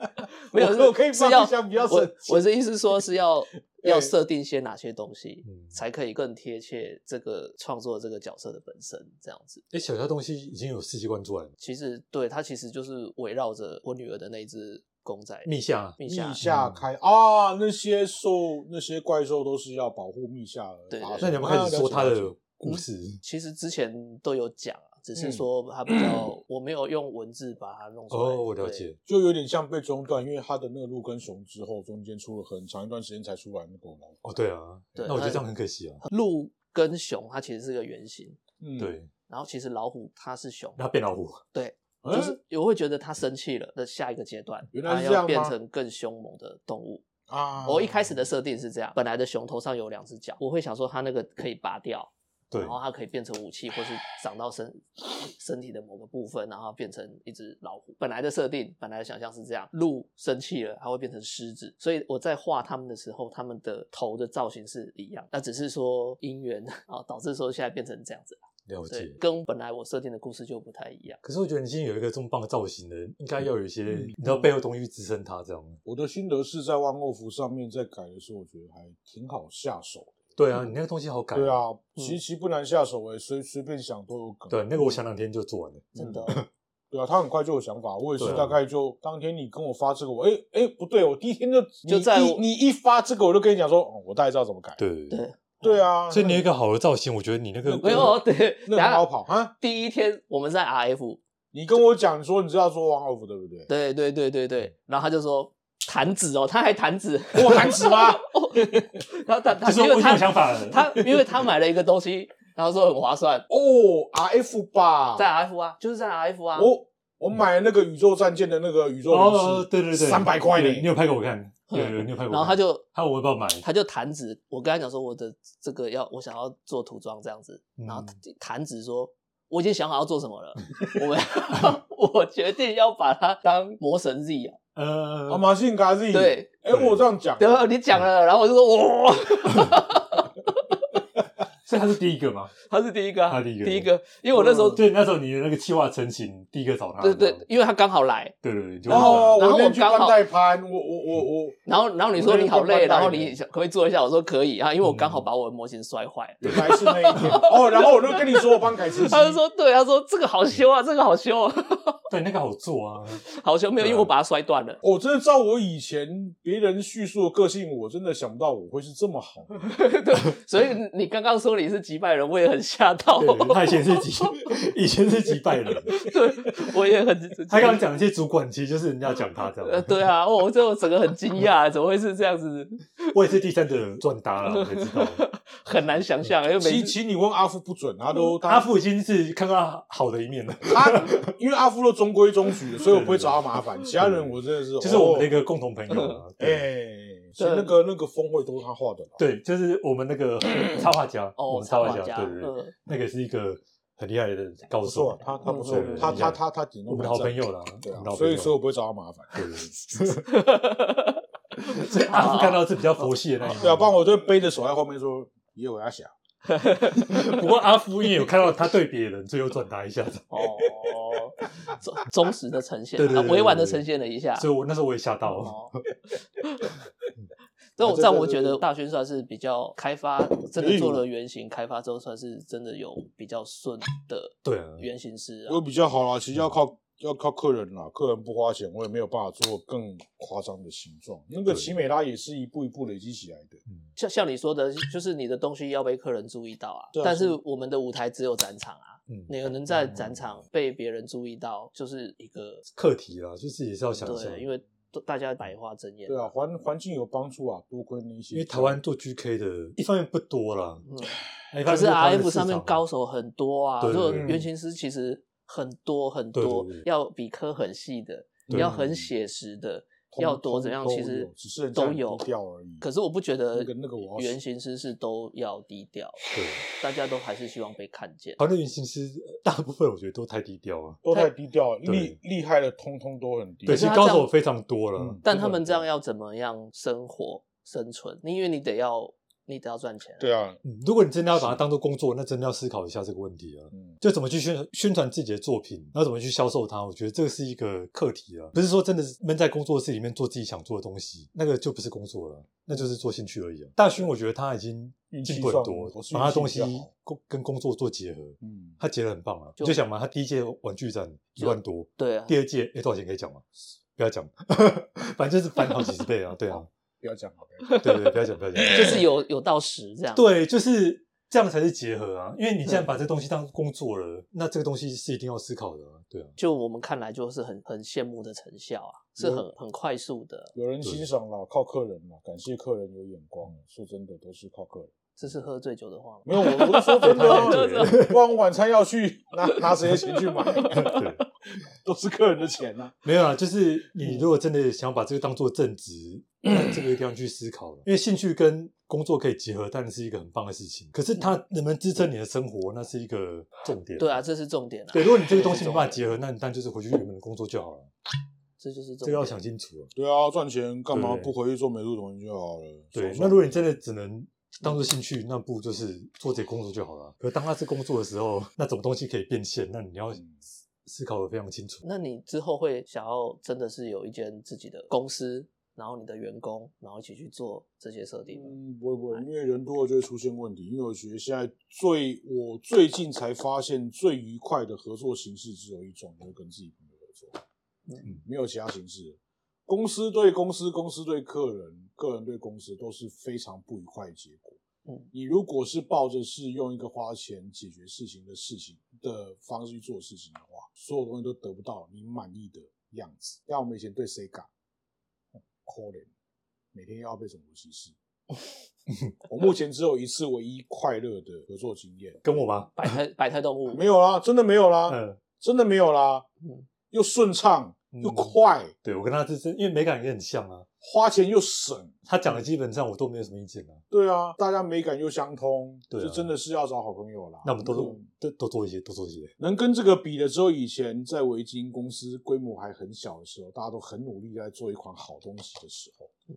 S1: 没有，
S4: 我
S1: 是
S4: 我可以
S1: 是
S4: 放
S1: 要
S4: 一下比较省
S1: 我我的
S4: 钱
S1: 意思说是要
S4: 对
S1: 要设定些哪些东西，
S5: 嗯
S1: 才可以更贴切这个创作这个角色的本身这样子。
S5: 哎，小乔东西已经有世界观出来了，
S1: 其实对它其实就是围绕着我女儿的那一只公仔
S5: 密下
S1: 蜜
S4: 蜜
S1: 夏，
S4: 夏开啊，那些兽那些怪兽都是要保护蜜夏而
S1: 对对
S4: 发生
S5: 那你要不要开始说他
S4: 啊了解了
S5: 的
S4: 解
S5: 故事？
S1: 其实之前都有讲啊，只是
S4: 嗯
S1: 说它比较、我没有用文字把它弄出来。
S5: 哦，我了
S1: 对
S5: 解，
S4: 就有点像被中断，因为他的那个鹿跟熊之后，中间出了很长一段时间才出来那个老虎。
S5: 哦，对啊，
S1: 对
S5: 那我觉
S1: 那
S5: 得这样很可惜啊。
S1: 鹿跟熊它其实是个原型，
S4: 嗯，
S5: 对，
S1: 然后其实老虎它是熊，
S5: 那变老虎，
S4: 嗯，
S1: 就是我会觉得它生气了的下一个阶段，
S4: 原来
S1: 它
S4: 是这
S1: 要
S4: 样
S1: 变
S4: 吗
S1: 成更凶猛的动物。
S4: 啊，
S1: 我一开始的设定是这样，本来的熊头上有两只脚，我会想说它那个可以拔掉，
S5: 对
S1: 然，
S4: 哦
S1: 后它可以变成武器，或是长到身身体的某个部分，然后变成一只老虎。本来的设定，本来的想象是这样，鹿生气了，它会变成狮子。所以我在画它们的时候，它们的头的造型是一样，那只是说因缘啊，导致说现在变成这样子。
S5: 了
S1: 对
S5: 解，。
S1: 跟本来我设定的故事就不太一 样。
S5: 可是我觉得你今天有一个这么棒的造型的，
S4: 嗯
S5: 应该要有一些你知道背后东西支撑它这样。
S4: 我的心得是在万恶服上面在改的时候，我觉得还挺好下手的。
S5: 对啊，你那个东西好改。
S4: 嗯
S5: 嗯
S4: 对，啊，其实不难下手诶、欸随随便想都有梗。
S5: 对，那个我想两天就做完了。
S1: 真的，
S4: 对啊，他很快就有想法，我也是
S5: 对啊
S4: 大概就、当天你跟我发这个，我哎哎不对，我第一天 就
S1: 就在
S4: 你
S1: 我
S4: 你你一发这个，我就跟你讲说，哦，我大概知道怎么改。
S5: 对
S1: 对
S4: 对啊，
S5: 所以你有一个好的造型，我觉得你那个
S4: 那个
S1: 没有，哦对，等
S4: 那很
S1: 下
S4: 好跑啊。
S1: 第一天我们在 RF，
S4: 你跟我讲说你知道做 one off 对不对？
S1: 对对对对对，然后他就说弹指哦，他还弹指，
S4: 我弹指 吗？
S1: 哦，然后他他
S5: 就说
S1: 因为
S5: 我已经
S1: 他
S5: 有想法了
S1: 他哦因为他买了一个东 西，然后说很划算，
S4: 哦，RF 吧，
S1: 在 RF 啊，就是在 RF 啊，
S4: 我我买那个宇宙战舰的那个宇宙勇
S5: 哦
S4: 士，，
S5: 对对对，
S4: 300块呢
S5: 对你有拍给我看？对对，对你有拍给我看。
S1: 嗯然后他就
S5: 他问我要不要买，
S1: 他就弹指，我跟他讲说我的这个要我想要做涂装这样子，
S5: 嗯
S1: 然后弹指说我已经想好要做什么 了，我们 我决定要把它当魔神 Z 啊，
S5: 呃
S4: 阿，马信嘎 Z，
S1: 对，
S4: 哎，我这样讲，
S1: 对
S5: 啊
S1: 吧？你讲
S5: 哎
S1: 了，然后我就说哇，
S5: 所以他是第一个嘛？
S1: 他是第一个、啊，
S5: 他第一 个嗯
S1: 因为我那时候、
S5: 对那时候你的那个计划成型，第一个找他。
S1: 对
S5: 这
S1: 对
S5: 样，
S1: 因为他刚好来，
S5: 对对对，就问他
S4: 哦，
S1: 然后我
S4: 我那天去
S1: 刚好
S4: 看代拍，我我我我
S1: 然后然后你
S4: 我
S1: 说
S4: 那
S1: 你
S4: 天
S1: 好累，
S4: 刚搬来
S1: 然后
S4: 的
S1: 你想可不可以做一下？我说可以啊，因为我刚
S5: 嗯
S1: 好把我的模型摔坏了。
S4: 原来是那 一天哦，然后我就跟你说我帮凯斯基，
S1: 他就说：“对，他说这个好修啊，这个好修、啊，
S5: 对那个好做啊，
S1: 好修，没有，因为我把它摔断了。
S4: 我真的照我以前别人叙述的个性，我真的想不到我会是这 么好。
S1: 所以你刚刚说你是击败人，我也很吓到，
S5: 对，他以前是几， 以前是几百人，
S1: 对我也很。
S5: 他刚刚讲一些主管，其实就是人家讲他这
S1: 呃，
S5: 样。
S1: 对啊，哦我这我整个很惊讶， 怎么会是这样子？
S5: 我也是第三者转达了，我才知 道。
S1: 很难想象，因为每次
S4: 其
S1: 嗯
S4: 其实你问阿富不准，他都
S5: 阿
S4: 他
S5: 富已经是看到好的一面了，
S4: 他，因为阿富都中规 中矩的，所以我不会找他麻烦。其他人我真的
S1: 哦
S4: 是
S5: 就是我们的一
S4: 那
S5: 个共同朋友啊。对
S4: 哎，所以那个那个峰会都是他画的啦。
S5: 对，就是我们 那个插画家，我
S1: 哦，
S5: 们插画
S1: 家，
S5: 对对对。
S1: 嗯，
S5: 那个是一个很厉害的高
S4: 不
S5: 手
S4: 错，，啊他他不错
S5: 对对，对
S4: 他
S5: 对
S4: 他他他顶多
S5: 我们的好朋友啦，
S4: 对
S5: 我
S4: 啊
S5: 们的，好
S4: 所
S5: 朋
S4: 以
S5: 友
S4: 所以我不会找他麻烦。
S5: 对对对所以阿
S1: 好
S5: 富看到是比较佛系的那一面。
S4: 对啊，不然我就背着手在后面说，也有要想
S5: 不过阿福也有看到他对别人，所以又转达一下，
S1: 哦，忠忠实的呈现
S5: 对对，对
S1: 啊
S5: 对对
S1: 委婉的呈现了一下。
S5: 所以我那时候我也吓到了。
S1: 啊 哦，
S5: 嗯啊
S1: 但我
S4: 对对
S1: 但我
S4: 对
S1: 觉
S4: 对
S1: 得
S4: 对
S1: 大勋算是比较开发，真
S5: 哎
S1: 的做了原型开发之后，算是真的有比较顺的
S5: 对啊，
S1: 原型师啊
S4: 我。比较好啦，其实要靠要靠客人啦，客人不花钱，我也没有办法做更夸张的形状。那个
S5: 对嗯
S4: 奇美拉也是一步一步累积起来的，
S1: 像像你说的，就是你的东西要被客人注意到啊
S4: 对啊。
S1: 但
S4: 是
S1: 是我们的舞台只有展场啊，
S5: 嗯，
S1: 你能在展
S4: 嗯
S1: 场被别人注意到，就是一个
S5: 课题啦，就是也是要想一下，
S1: 对，因为都大家百花争艳。
S4: 对啊，环环境有帮助啊，多亏那一些。
S5: 因为台湾做 GK 的，一方面不多啦，哎
S1: 嗯，
S5: 一方
S1: 可
S5: 面
S1: 是
S5: 台湾的
S1: RF
S5: 市场
S1: 上
S4: 啊
S1: 面高手很多啊，
S5: 对对
S1: 所以
S5: 对
S4: 嗯
S1: 原型师其实很多很
S5: 对对
S1: 多
S5: 对，
S1: 要比科很细的，
S5: 对
S1: 要很写实的，
S4: 通
S1: 要多怎样，
S4: 通
S1: 其
S4: 通都
S1: 实
S4: 有只是人家
S1: 都
S4: 很
S1: 有
S4: 低调而已
S1: 可是我不觉得
S4: 那个那个我要
S1: 原型师是都要低调，
S5: 对，
S1: 大家都还是希望被看见。
S5: 团队原型师呃大部分我觉得都太低调了，
S4: 都太低调了，
S5: 对
S4: 厉厉害的通通都很低调。
S5: 对，其
S1: 是
S5: 实
S1: 他
S5: 高
S1: 这
S5: 手
S1: 样
S5: 非常多了
S4: 嗯，
S1: 但他们这样要怎么样生活生存？你因为你得要你得要赚钱啊，
S4: 对啊，
S5: 嗯，如果你真的要把它当做工作，那真的要思考一下这个问题啊。
S4: 嗯
S5: 就怎么去宣宣传自己的作品，然后怎么去销售它，我觉得这个是一个课题啊。不是说真的是闷在工作室里面做自己想做的东西，那个就不是工作了，那就是做兴趣而已、啊。大勋，我觉得他已经进步很多
S4: 运气，算
S5: 把他东西
S4: 我是运气比较好
S5: 工跟工作做结合，
S4: 嗯，
S5: 他结得很棒啊。
S1: 就
S5: 你就想嘛，他第一届玩具展一 万多，
S1: 对啊，
S5: 第二届哎多少钱可以讲吗？不要讲， 反正就是翻好几十倍啊。对啊，
S4: 不要讲好了。
S5: 对对对，不要讲，不要讲，
S1: 就是有有到十这样。
S5: 对，就是这样才是结合啊。因为你既然把这东西当工作了，那这个东西是一定要思考的、啊， 对啊。
S1: 就我们看来，就是很很羡慕的成效啊，是
S5: 嗯
S1: 很很快速的，
S4: 有人欣赏啦，靠客人啦，感谢客人有眼光。
S5: 嗯
S4: 说真的，都是靠客人。
S1: 这是喝醉酒的话吗？
S4: 没有，我不是说 真的啊
S1: 对对，
S4: 不然我晚餐要去拿拿谁的钱去 买？
S5: 对，
S4: 都是客人的钱呐、
S5: 没有 啊，就是你如果真的想把这个当做正职，那这个一定要去 思考了。因为兴趣跟工作可以结合，当然是一个很棒的事情。可是它能不能支撑你的生活，那是一个重点。
S1: 嗯对啊，，这是重点啊。
S5: 对，如果你这个东西 没办法结合，那你当然就是回去原本的工作就好了。
S1: 这就是重
S5: 这个
S1: 点
S5: 要想清楚啊。
S4: 对啊，赚钱干嘛
S5: 对
S4: 不回去做美术同学就好了？
S5: 对
S4: 爽，爽
S5: 那如果你真的只能当做兴趣，那不如就是做这工作就好了。可当它是工作的时候，那种东西可以变现，那你要
S4: 嗯
S5: 思考的非常清楚。
S1: 那你之后会想要真的是有一间自己的公司，然后你的员工，然后一起去做这些设定吗？
S4: 嗯，不会不会，
S1: 哎
S4: 因为人多了就会出现问题。因为我觉得现在最我最近才发现最愉快的合作形式只有一种，就是跟自己朋友合作，
S1: 嗯
S4: 没有其他形式。公司对公司，公司对客人，个人对公司都是非常不愉快的结果。
S1: 嗯
S4: 你如果是抱着是用一个花钱解决事情的事情的方式去做事情的话，所有东西都得不到你满意的样子。像我们以前对 Sega，可怜，每天又要被种族歧视。我目前只有一次唯一快乐的合作经验，
S5: 跟我吗？
S1: 百态百态动物
S4: 没有啦，真的没有啦，
S5: 嗯，
S4: 真的没有啦。
S1: 嗯
S4: 又顺畅
S5: 嗯
S4: 又快，
S5: 对我跟他这是因为美感也很像啊，
S4: 花钱又省。
S5: 他讲的基本上我都没有什么意见啊。
S4: 对啊，大家美感又相通，
S5: 对啊
S4: 就真的是要找好朋友啦。
S5: 那我们都
S4: 嗯
S5: 都都做一些，都做一些。
S4: 能跟这个比的，只有以前在维京公司规模还很小的时候，大家都很努力在做一款好东西的时候，嗯，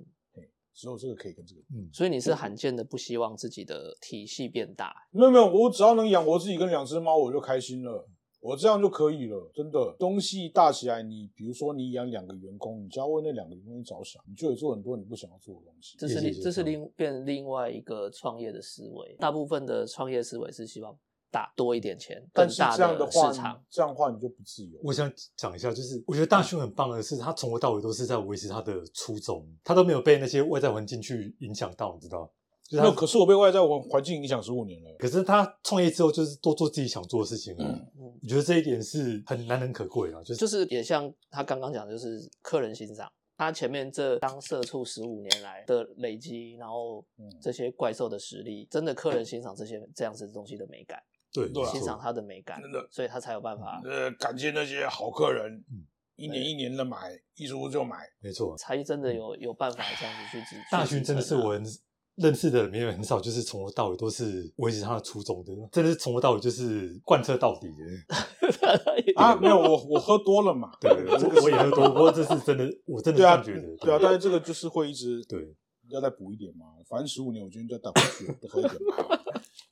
S4: 只有这个可以跟这个比。
S5: 嗯，
S1: 所以你是罕见的不希望自己的体系变大，
S4: 没有没有，我只要能养活自己跟两只猫，我就开心了。我这样就可以了，真的。东西大起来，你比如说你养两个员工，你就要为那两个员工着想，你就有做很多你不想要做的东西。
S1: 这是
S5: 也是
S1: 另
S5: 也是
S1: 这是
S5: 这
S1: 另变另外一个创业的思维。大部分的创业思维是希望大多一点钱，更
S4: 但是
S1: 大
S4: 这样的话，
S1: 市
S4: 你
S1: 场。
S4: 这样的话你就不自由。
S5: 我想讲一下，就是我觉得大勋很棒的是，他从头到尾都是在维持他的初衷，他都没有被那些外在环境去影响到，你知道？就
S4: 那
S5: 是他，
S4: 可是我被外在环环境影响十五年了。
S5: 可是他创业之后就是多做自己想做的事情而已。
S1: 嗯，
S5: 我觉得这一点是很难能可贵啊，就是
S1: 就是也像他刚刚讲，的，就是客人欣赏他前面这当社畜十五年来的累积，然后
S4: 嗯
S1: 这些怪兽的实力，真的客人欣赏这些这样子的东西的美感，
S5: 对
S4: 对啊
S1: 欣赏它的美感
S4: 真的，
S1: 所以他才有办法
S4: 呃，感谢那些好客人，
S5: 嗯
S4: 一年一年的买，一出就买。
S5: 没错。
S1: 才真
S4: 嗯
S1: 的有有办法这样子去支。
S5: 大
S1: 去
S5: 勋
S1: 支
S5: 真的是
S1: 撑它
S4: 啊
S5: 我很认识的人里面很少，就是从头到尾都是维持他的初衷的，真的是从头到尾就是贯彻到底的。
S4: 啊，没有我我喝多了嘛。
S5: 对，这个我也喝多，不过这是真的，我真的
S4: 对
S5: 这
S4: 啊，
S5: 样觉得。
S4: 对啊，但是这个就是会一直
S5: 对，
S4: 要再补一点嘛。反正十五年，我决定再打回去，再喝一点吧。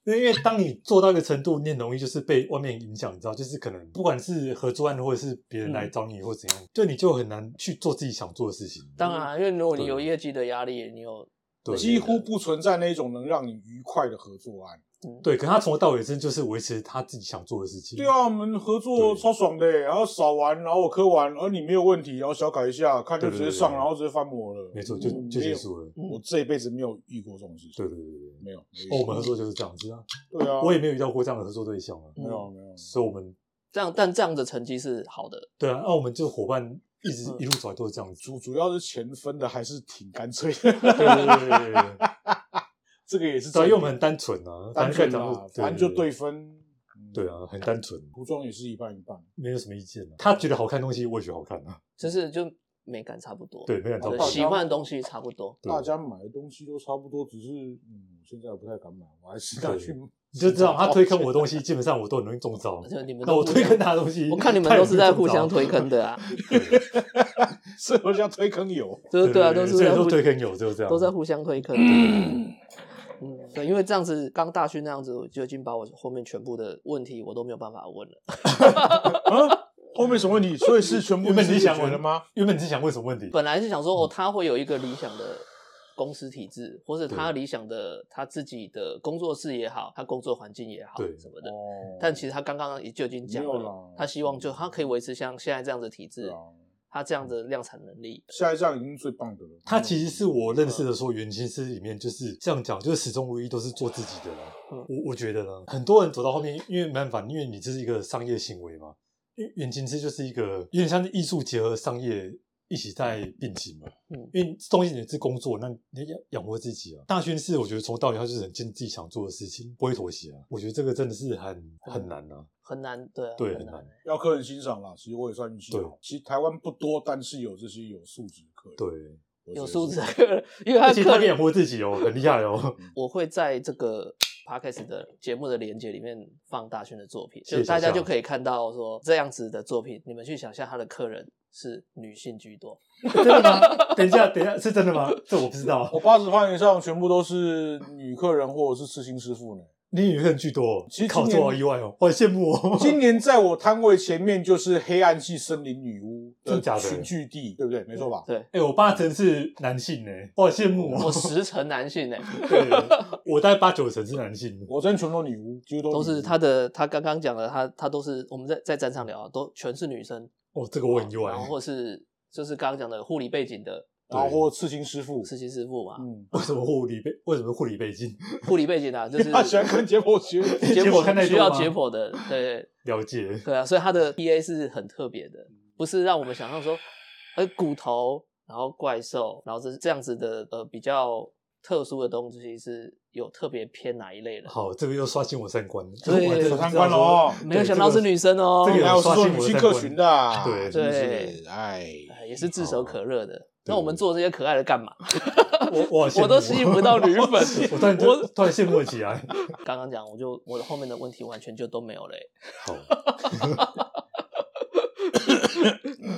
S5: 因为因为当你做到一个程度，你很容易就是被外面影响，你知道，就是可能不管是合作案或者是别人
S4: 嗯
S5: 来找你或怎样，就你就很难去做自己想做的事情。
S1: 当然啊，因为如果你有
S5: 对
S1: 业绩的压力，你有
S5: 对嗯
S4: 几乎不存在那种能让你愉快的合作案。
S5: 对，可他从头到尾真的就是维持他自己想做的事情。
S4: 对，啊，我们合作
S5: 对
S4: 超爽的，然后扫完，然后我磕完，而你没有问题，然后小改一下，看就直接上，
S5: 对对对对
S4: 然后直接翻模了。
S5: 没错，就
S4: 嗯
S5: 就
S4: 没
S5: 结
S4: 有
S5: 束了。
S1: 嗯
S4: 我这一辈子没有遇过这种事情。
S5: 对对对对对。
S4: 没有。没有
S5: 哦，我们合作就是这样子啊，
S4: 对啊，
S5: 我也没有遇到过这样的合作对象啊，
S1: 嗯
S4: 没有没有。
S5: 所以我们
S1: 这样，但这样的成绩是好的。
S5: 对啊，那、我们就伙伴一直
S1: 嗯
S5: 一路走来都是 这样子。
S4: 主主要是钱分的还是挺干脆的，
S5: 对对对对 对对，
S4: 这个也是
S5: 对，
S4: 重
S5: 因为我
S4: 点
S5: 们很单纯啊，
S4: 单纯
S5: 讲
S4: 啊，反正就对分。嗯
S5: 对，啊，很单 纯，
S4: 服装也是一半一半。
S5: 没有什么意见啊。他觉得好看的东西，我也觉得好看啊。
S1: 就是就美感差不多，
S5: 对，没有人
S1: 我
S5: 讨
S1: 的
S5: 厌
S4: 好。
S1: 喜欢的东西差不多。
S5: 对
S4: 大家买的东西都差不多，只是嗯，我现在不太敢买，我还是要去。
S5: 你就知道他推坑我的 东西，基本上我都很容易中招。
S1: 就你们
S5: 那
S1: 都
S5: 我推坑
S1: 互相
S5: 他的东西，
S1: 我看你们都是在互相推坑的啊，
S4: 是我想推坑 友，
S1: 就是对啊，都是
S5: 所以
S1: 在
S5: 说
S1: 互
S5: 推坑有就是这样，
S1: 都在互相推坑。嗯，对，因为这样子，刚大勋那样子，我就已经把我后面全部的问题我都没有办法问了。
S5: 啊
S4: 后面什么问 题？所以是全部
S5: 原本你想
S4: 解决了吗？？
S5: 原本你是想问什么问题？
S1: 本来是想
S5: 嗯
S1: 说，哦，他会有一个理想的公司体制，或者他理想的他自己的工作室也好，他工作环境也好，
S5: 对
S1: 什么的。
S4: 哦
S1: 但其实他刚刚也就已经讲
S4: 没有
S1: 了
S4: 啦，
S1: 他希望就他可以维持像现在这样的体
S4: 对
S1: 制
S4: 啊，，
S1: 他这样的量产能力，
S4: 现在这样已经最棒的了。嗯
S5: 他其实是我认识的说，元青师里面就是这样讲，就是始终如一都是做自己的啦。
S1: 嗯
S5: 我我觉得呢，很多人走到后面，因为没办法，因为你这是一个商业行为嘛，因为元青师就是一个有点像是艺术结合商业一起在并行嘛。
S1: 嗯
S5: 因为东西你是工作，那你要养活自己啊。大宣是我觉得从头到尾他就是很坚持自己想做的事情，不会妥协啊。我觉得这个真的是很很难啊，
S1: 很难，对啊，
S5: 对，
S1: 很
S5: 很
S1: 难
S5: 难。，
S4: 要客人欣赏啦，其实我也算运气
S5: 对
S4: 好。其实台湾不多，但是有这些有素质的客人，
S5: 对，
S4: 我觉
S1: 有
S4: 得是
S1: 素质的客人，因为他
S5: 而且他
S1: 客
S5: 可
S1: 人
S5: 以养，活自己哦，很厉害哦。
S1: 我会在这个 podcast 的节目的连接里面放大勋的作品，
S5: 谢
S1: 就
S5: 谢
S1: 大家
S5: 小夏
S1: 就可以看到说这样子的作品，你们去想象他的客人是女性居多，
S5: 真的吗？ 等一下，等一下，是真的吗？这我不知 道。
S4: 我八十趴以上全部都是女客人或者是刺青师傅呢。
S5: 你女人居多，
S4: 其实
S5: 靠，
S4: 今
S5: 这
S4: 年
S5: 我好意外哦，我很羡慕哦。
S4: 今年在我摊位前面就是黑暗系森林女巫
S5: 真的假的
S4: 群聚地，对不对？没错吧？
S1: 对。
S5: 哎、我八成是男性呢，我好羡慕
S1: 我
S5: 哦。
S1: 十成男性呢、
S5: 对，我大概八九成是男性。
S4: 我真全都女巫，几乎都
S1: 都
S4: 女
S1: 是
S4: 巫
S1: 他的，他刚刚讲的，他他都是我们在在站上聊啊，都全是女生，
S5: 哦，这个我很意外
S1: 然。后或是就是刚刚讲的护理背景的
S4: 然后或刺青师傅，
S1: 实习师傅嘛，
S4: 嗯，
S5: 为什么护理背？为什么护理背景？
S1: 护理背景 啊，就
S4: 因
S1: 是
S4: 为他喜欢跟解剖学。
S1: 解
S5: 结果看
S1: 剖
S5: 太
S1: 需
S5: 多
S1: 要
S5: 吗
S1: 解剖的，对
S5: 了解，
S1: 对啊，所以他的 P A 是很特别的，不是让我们想象说，呃，骨头，然后怪兽，然后这这样子的呃比较特殊的东西是有特别偏哪一类人。
S5: 好，这个又刷新我三观了，
S1: 对
S5: 就是我还真
S1: 刷
S5: 的
S4: 三
S5: 不知道
S4: 观了哦
S5: 说
S1: 没有想到是女生哦
S5: 这个
S4: 原
S5: 这
S4: 来我是
S5: 个有
S4: 做
S5: 刷新
S4: 女
S5: 我
S4: 性
S5: 三
S4: 客
S5: 观
S4: 群的啊，
S5: 对
S4: 是不是
S1: 对？
S4: 哎，
S1: 哎也是炙手可热的。那
S5: 对
S1: 我们做这些可爱的干嘛？
S5: 我我好羡慕啊
S1: 我都吸引不到女粉。
S5: 我突然
S1: 我
S5: 突然羡慕了起来。
S1: 刚刚讲，我就我的后面的问题完全就都没有了欸。
S5: 好，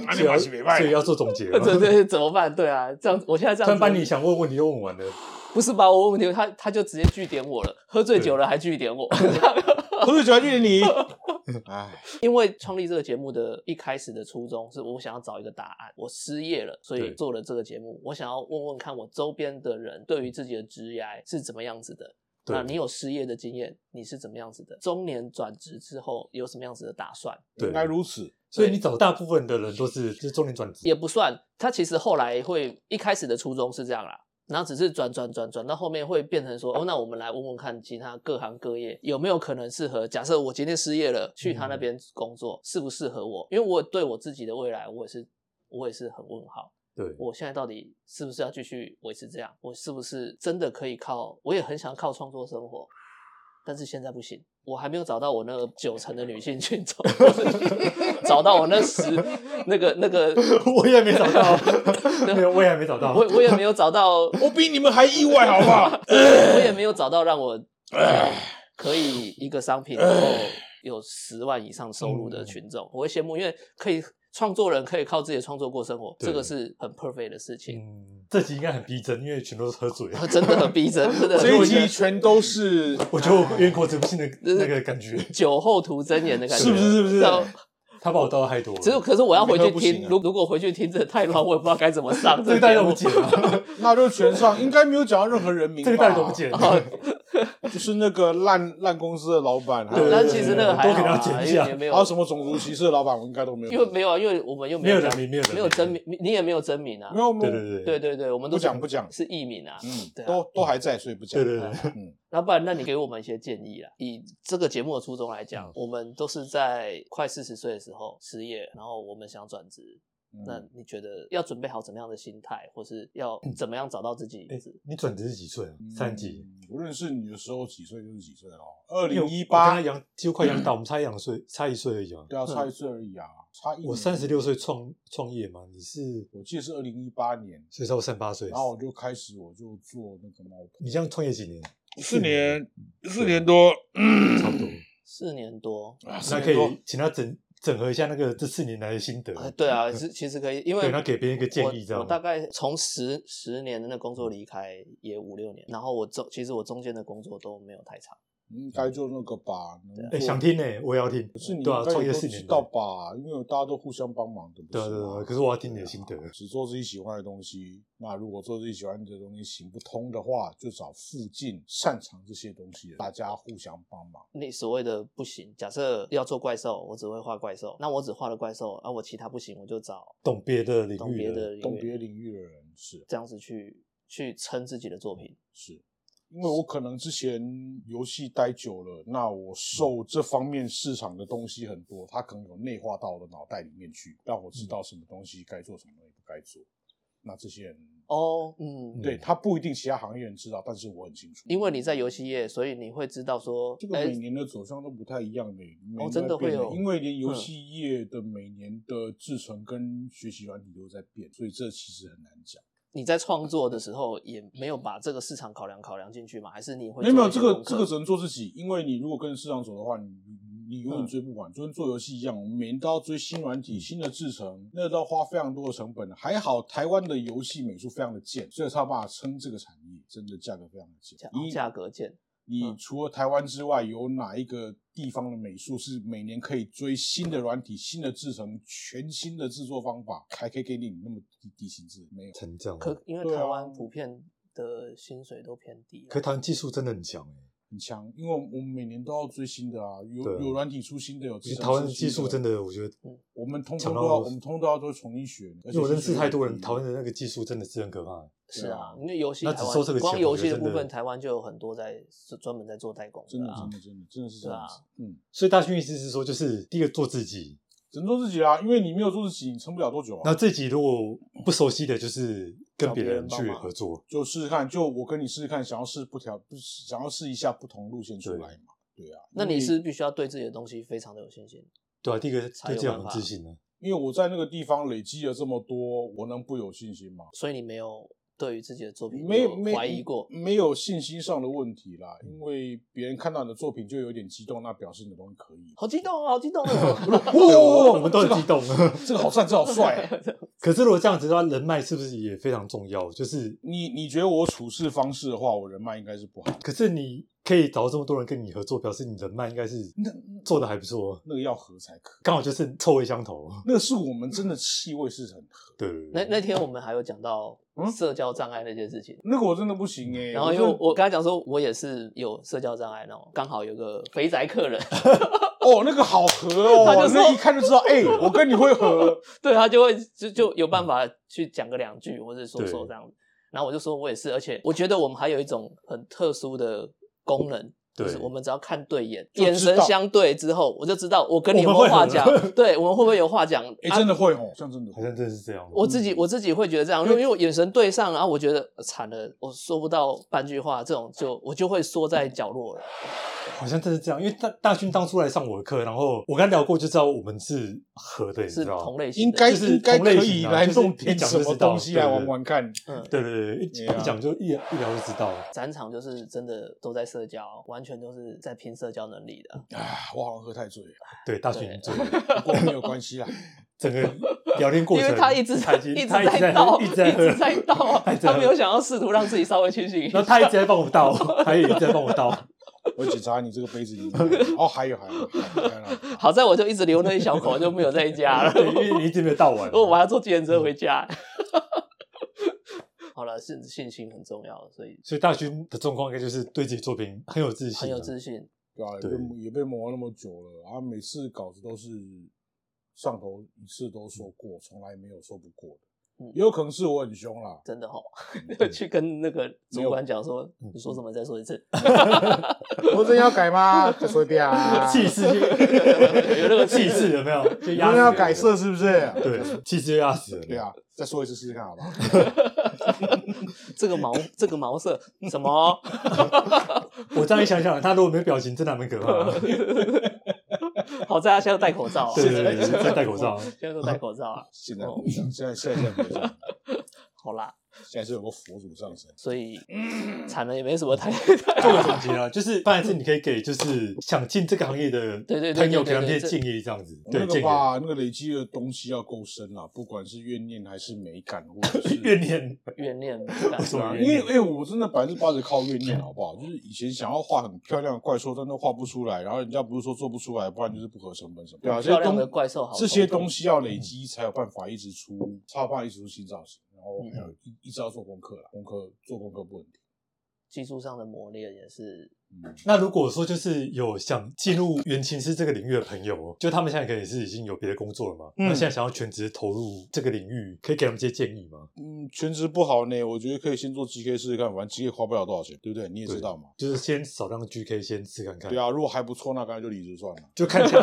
S4: 啊，你
S5: 所以要
S4: 嘛是袂
S5: 所以
S4: 歹啦，
S5: 要做总 结了。
S1: 这这怎么办？对啊，这样我现在这
S5: 突
S1: 样
S5: 然
S1: 子，
S5: 把你想问的问题都问完了，
S1: 不是把我问题，他他就直接据点我了。喝醉酒了还据点我，
S4: 喝醉酒还去你，哎，
S1: 因为创立这个节目的一开始的初衷是我想要找一个答案。我失业了，所以
S5: 对
S1: 做了这个节目。我想要问问看我周边的人对于自己的职业是怎么样子的。
S5: 对
S1: 那你有失业的经验，你是怎么样子的？中年转职之后有什么样子的打算？
S5: 对
S4: 应，该如此。
S5: 所以你找大部分的人都是就是中年转职，
S1: 也不算，他其实后来会一开始的初衷是这样啦，然后只是转转转转到后面会变成说，哦，那我们来问问看其他各行各业有没有可能适合。假设我今天失业了，去他那边工作、适不适合我？因为我对我自己的未来，我也是我也是很问号。
S5: 对
S1: 我现在到底是不是要继续维持这样？我是不是真的可以靠？我也很想靠创作生活，但是现在不行，我还没有找到我那个九成的女性群众， 找到我那十那个那个，
S5: 我也没找 到，没有，我也没找到。
S1: 我我也没有找 到，
S4: 我比你们还意外，好不好？
S1: 我也没有找到让我可以一个商品 然后有十万以上收入
S5: 嗯
S1: 的群众，我会羡慕，因为可以创作人可以靠自己的创作过生活，
S5: 对
S1: 这个是很 perfect 的事 情，
S5: 嗯，这集应该很逼真，因为全都是喝醉。
S1: 真的很逼真，真的很
S4: 这一
S1: 逼真。
S4: 集全都是，
S5: 我觉得我有点口齿不 清的
S1: 呃
S5: 那个感觉，
S1: 酒后吐真言的感觉，
S5: 是不是是不是
S1: 然后
S5: 他把我倒的太多了。
S1: 只是，可是我要回去
S4: 那不行
S1: 听，
S4: 啊
S1: 如、如果回去听，这太乱，我也不知道该怎么上。
S5: 这个大
S1: 带
S5: 家都不剪了，
S4: 那就全上，应该没有讲到任何人名吧。
S5: 这个大家都不剪。
S1: 哦
S4: 就是那个烂烂公司的老板，还
S5: 对
S1: 那
S4: 有
S1: 其实那个还
S5: 都给
S1: 好
S5: 他
S1: 啊，
S5: 剪一
S1: 因
S5: 下
S1: 为也没
S4: 还有什
S1: 有，
S4: 么种族歧视的老板，我应该都没有。
S1: 因为没有啊，因为我们又
S5: 没有
S1: 讲
S5: 人名，没有人名
S1: 没有真名，你你也没有真名啊
S4: 没。有没
S5: 对
S4: 有，
S5: 对
S1: 对
S5: 对
S1: 对对，我们都
S4: 不讲不讲
S1: 是艺名啊。
S4: 嗯
S1: 对，啊
S4: 都都还在，所以不讲。嗯
S5: 对对对，
S1: 那不然，那你给我们一些建议啦。以这个节目的初衷来
S5: 嗯
S1: 讲，我们都是在快四十岁的时候失业，然后我们想转职。那
S4: 嗯，
S1: 你觉得要准备好怎么样的心态，或是要
S5: 嗯
S1: 怎么样找到自己？
S5: 哎，你转职是几岁啊？三级。
S4: 嗯。我认识你的时候几岁就是几岁了哦，二
S5: 因
S4: 零
S5: 为
S4: 一
S5: 哎我跟
S4: 八
S5: 他，养几乎快养到，我们差一两岁，差一岁而已啊。
S4: 对啊，差一岁而已啊，差一年。
S5: 我三十六岁创创业嘛，你是
S4: 我记得是二零一八年，
S5: 所以差我三八岁。
S4: 然后我就开始我就做那个猫头，
S5: 你这样创业几年？
S4: 四年四年多，
S5: 差不多。
S1: 四年多，
S4: 啊四
S5: 那
S4: 年
S5: 可
S4: 多
S5: 以请他整整合一下那个这四年来的心得。
S1: 呃对 啊，是其实可以，因为
S5: 对，那给别人一个建议，这
S1: 我
S5: 样
S1: 我
S5: 吗
S1: 大概从十十年的那工作离开也五六年，然后我中其实我中间的工作都没有太长，
S4: 应该就那个吧，
S1: 啊
S4: 能
S5: 哎、
S4: 做
S5: 想听呢、我也要听。
S4: 是你
S5: 对啊，
S4: 应该
S5: 创
S4: 也
S5: 业
S4: 都
S5: 四
S4: 知
S5: 年
S4: 道
S5: 多，
S4: 吧？因为大家都互相帮忙，对不
S5: 对啊对啊对
S4: 吗
S5: 啊。可是我要听你的心得。
S4: 只做自己喜欢的东西。那如果做自己喜欢的东西行不通的话，就找附近擅长这些东西的，大家互相帮忙。
S1: 你所谓的不行，假设要做怪兽，我只会画怪兽，那我只画了怪兽，啊，我其他不行，我就找
S5: 懂别的领
S1: 懂
S5: 域
S1: 别
S5: 了
S1: 的领
S4: 懂
S1: 域
S4: 别领域的人是嗯
S1: 这样子去去撑自己的作品，
S4: 是，因为我可能之前游戏待久了，那我受这方面市场的东西很多，它可能有内化到我的脑袋里面去，让我
S5: 嗯
S4: 知道什么东西该做，什么东西不该做。那这些人，
S1: 哦，嗯，
S4: 对他不一定其他行业人知道，但是我很清楚，
S1: 因为你在游戏业，所以你会知道说，
S4: 这个
S1: 哎、
S4: 每年的走向都不太一样的，每年
S1: 哦真的
S4: 在变
S1: 会嗯
S4: 的
S1: 有
S4: 因为连游戏业的每年的制成跟学习软体都在变，所以这其实很难讲。
S1: 你在创作的时候也没有把这个市场考量考量进去嘛？还是你会
S4: 没有没有，这
S1: 做一些
S4: 个
S1: 功课
S4: 这个只能做自己，因为你如果跟市场走的话，你你你永远
S1: 嗯
S4: 追不完，就跟做游戏一样，我们每年都要追新软体、新的制成，那都要花非常多的成本。还好台湾的游戏美术非常的贱，所以才有办法撑这个产业，真的价格非常的贱
S1: 价。
S4: 你
S1: 价格见，
S4: 嗯
S5: 嗯
S4: 你除了台湾之外，有哪一个地方的美术是每年可以追新的软体、新的制成、全新的制作方法，还可以给你那么低低薪资？没有，
S5: 成长。
S1: 可因为
S4: 对啊
S1: 台湾普遍的薪水都偏低啊，
S5: 可台湾技术真的很强哎、
S4: 很强，因为我们我们每年都要追新的啊，有
S5: 对啊
S4: 有软体出新的，有
S5: 我
S4: 制
S5: 觉
S4: 成
S5: 得台湾的
S4: 出新
S5: 技术真的，我觉得，
S4: 我们通
S5: 强
S4: 通
S5: 到
S4: 都要，
S5: 不
S4: 我们通通都要都重新学，而
S5: 因
S4: 且
S5: 为我认
S4: 薪
S5: 识
S4: 水
S5: 太
S4: 很
S5: 多人，
S4: 低
S5: 台湾的那个技术真的是很可怕、
S1: 是啊
S4: 啊，
S1: 因为游戏
S5: 那
S1: 台
S5: 只
S1: 湾
S5: 收这个
S1: 光
S5: 钱
S1: 游
S5: 我觉
S1: 戏
S5: 得
S1: 的部
S5: 真的
S1: 分，台湾就有很多在是专门在做代工
S4: 真的
S1: 啊
S4: 真。的真的真的是这样子，嗯，
S5: 所以大勋意思是说，就是第一个做自己，
S4: 只能做自己啦，因为你没有做自己，你撑不了多久
S5: 那
S4: 啊。
S5: 这集如果不熟悉的，就是跟
S4: 找
S5: 别
S4: 别人
S5: 人去
S4: 帮忙
S5: 合作，
S4: 就试试看，就我跟你试试看，想要试不条，不是想要试一下不同路线出
S5: 对
S4: 来嘛？对啊，
S1: 那
S4: 因为
S1: 你是必须要对自己的东西非常的有信心。
S5: 对啊，第一个对
S1: 才有
S5: 自己很
S1: 办法
S5: 自信啊呢。
S4: 因为我在那个地方累积了这么多，我能不有信心吗？
S1: 所以你没有对于自己的作品
S4: 没有没嗯
S1: 怀疑过，
S4: 没有信心上的问题啦，因为别人看到你的作品就有点激动，那表示你的东西可以。
S1: 好激动哦，好激动 哦！
S5: 哦，我们都很激动。
S4: 这个好赞，这个好帅、啊
S5: 可是如果这样子的话，人脉是不是也非常重要？就是，
S4: 你你觉得我处事方式的话，我人脉应该是不好，
S5: 可是你可以找到这么多人跟你合作，表示你人脉应该是做的还不错，
S4: 那个要合才可。
S5: 刚好就是臭味相投。
S4: 那个是我们真的气味是很合，
S5: 对，
S1: 那那天我们还有讲到
S4: 嗯
S1: 社交障碍那些事情。
S4: 那个我真的不行哎、
S1: 然后因为
S4: 我
S1: 我
S4: 真的
S1: 我跟他讲说，我也是有社交障碍，然后刚好有个肥宅客人，
S4: 哦，那个好合 哦，
S1: 他就说
S4: 那一看就知道，哎、我跟你会合，
S1: 对他就会就就有办法去讲个两句，或者说
S5: 嗯对
S1: 说这样子。然后我就说我也是，而且我觉得我们还有一种很特殊的功能。
S5: 对
S1: 就是我们只要看对眼，
S4: 就知道
S1: 眼神相对之后，我就知道我跟你有没
S5: 我
S1: 有
S5: 们会
S1: 话
S5: 很
S1: 讲， 对我们会不会有话讲？
S4: 哎、
S1: 啊
S4: 真的会哦，像真的
S5: 好
S4: 会。
S5: 像真的是这样。
S1: 我自己我自己会觉得这样，因为因为我眼神对上，然后我觉得呃惨了，我说不到半句话，这种就我就会缩在角落了。
S5: 嗯好像真的是这样，因为大大勋当初来上我的课，然后我跟他聊过，就知道我们是合的，你
S1: 是
S5: 知道吗
S1: 同类型
S4: 应
S1: 的，
S4: 该
S5: 就是
S4: 应该
S5: 同
S4: 可
S5: 类
S4: 以
S5: 型啊
S4: 来
S5: 就是
S4: 弄
S5: 一
S4: 点
S5: 讲
S4: 什
S5: 就
S4: 么
S5: 知道
S4: 东西来
S5: 对对
S4: 玩玩看。
S1: 嗯，
S5: 对对对，一
S4: 对啊
S5: 一讲就一一聊就知道。
S1: 展场就是真的都在社交，完全都是在拼社交能力的。
S4: 啊，我好像喝太醉了，
S5: 对，大勋
S1: 对
S5: 最
S4: 不过没有关系啦。
S5: 整个聊天过
S1: 因
S5: 程，
S1: 为他一直在
S5: 已经
S1: 一直
S5: 他一直
S1: 在倒，
S5: 一
S1: 一
S5: 直在喝
S1: 直在 倒，他
S5: 一直在喝
S1: 没有想要试图让自己稍微清醒一
S5: 然
S1: 下
S5: 后。他一直在帮我倒，他也一直在帮我倒。
S4: 我检查你这个杯子里面，哦，还有还有，还有还有还有
S1: 好在我就一直留那一小口，就没有再加了。
S5: 对，因为你一直没有倒完。
S1: 我还要坐计程车回家。
S5: 嗯
S1: 好了，信信心很重要，所以
S5: 所以大勋的状况应该就是对自己作品很有自信啊，
S1: 很有自信。
S4: 对啊，也
S5: 对
S4: 被磨也被磨那么久了，然后每次稿子都是上头一次都说过，从来没有说不过的
S1: 嗯。
S4: 也有可能是我很凶 啦，
S1: 真的哈、
S5: 对
S1: 去跟那个主管讲说
S5: 嗯，
S1: 你说什么？再说一次，
S4: 我真要改吗？再说一遍啊
S5: 气 势就有那个 气势，有没有？就压死人，
S4: 是不是？
S5: 对，气势就压死人。
S4: 对，啊，再说一次试试看好不好？
S1: 这个毛这个毛色什么？
S5: 我这样一想想，他如果没有表情，真的还蛮可怕 的。
S1: 好在他现在戴口罩、啊，
S5: 对对对， 现在戴口罩，
S1: 现在都戴口罩啊。
S4: 现
S5: 哦
S4: 在不一样，现在现在现在不一样，
S1: 好啦，
S4: 现在是有个佛祖上身。
S1: 所以
S5: 嗯
S1: 惨了也没什么太
S5: 做个总结啊，就是当然是你可以给就是想进这个行业的
S1: 对对对
S5: 朋友
S1: 对对
S5: 给他们一些
S1: 对
S5: 建议，这样子。
S4: 那
S5: 对，
S4: 个
S5: 建议
S4: 吧，那个累积的东西要够深啦，不管是怨念还是美感，或者是
S5: 怨念，
S1: 怨念不敢
S5: 什么
S4: 因
S5: 怨
S4: 为
S5: 念
S4: 哎、我真的百分之八十靠怨念，好不好？就是以前想要画很漂亮的怪兽，但都画不出来，然后人家不是说做不出来，不然就是不合成本什么。对啊，
S1: 嗯
S4: 这
S1: 漂
S4: 些
S1: 亮的
S4: 东
S1: 怪兽好，
S4: 这些东，西要累积，才有办法一直出，才有办法一直出新造型，然后还有一一直要做功课啦，功课做功课不能停。
S1: 技术上的磨练也是
S4: 嗯，
S5: 那如果说就是有想进入原琴师这个领域的朋友，哦就他们现在可能也是已经有别的工作了嘛，
S4: 嗯
S5: 那现在想要全职投入这个领域，可以给他们一些建议吗？
S4: 嗯，全职不好呢，我觉得可以先做 GK 试试看，反正 GK 花不了多少钱，对不对？你也知道嘛。
S5: 就是先少量 GK 先试看看，
S4: 对，啊，如果还不错，那干脆就离职算了。
S5: 就看一 下，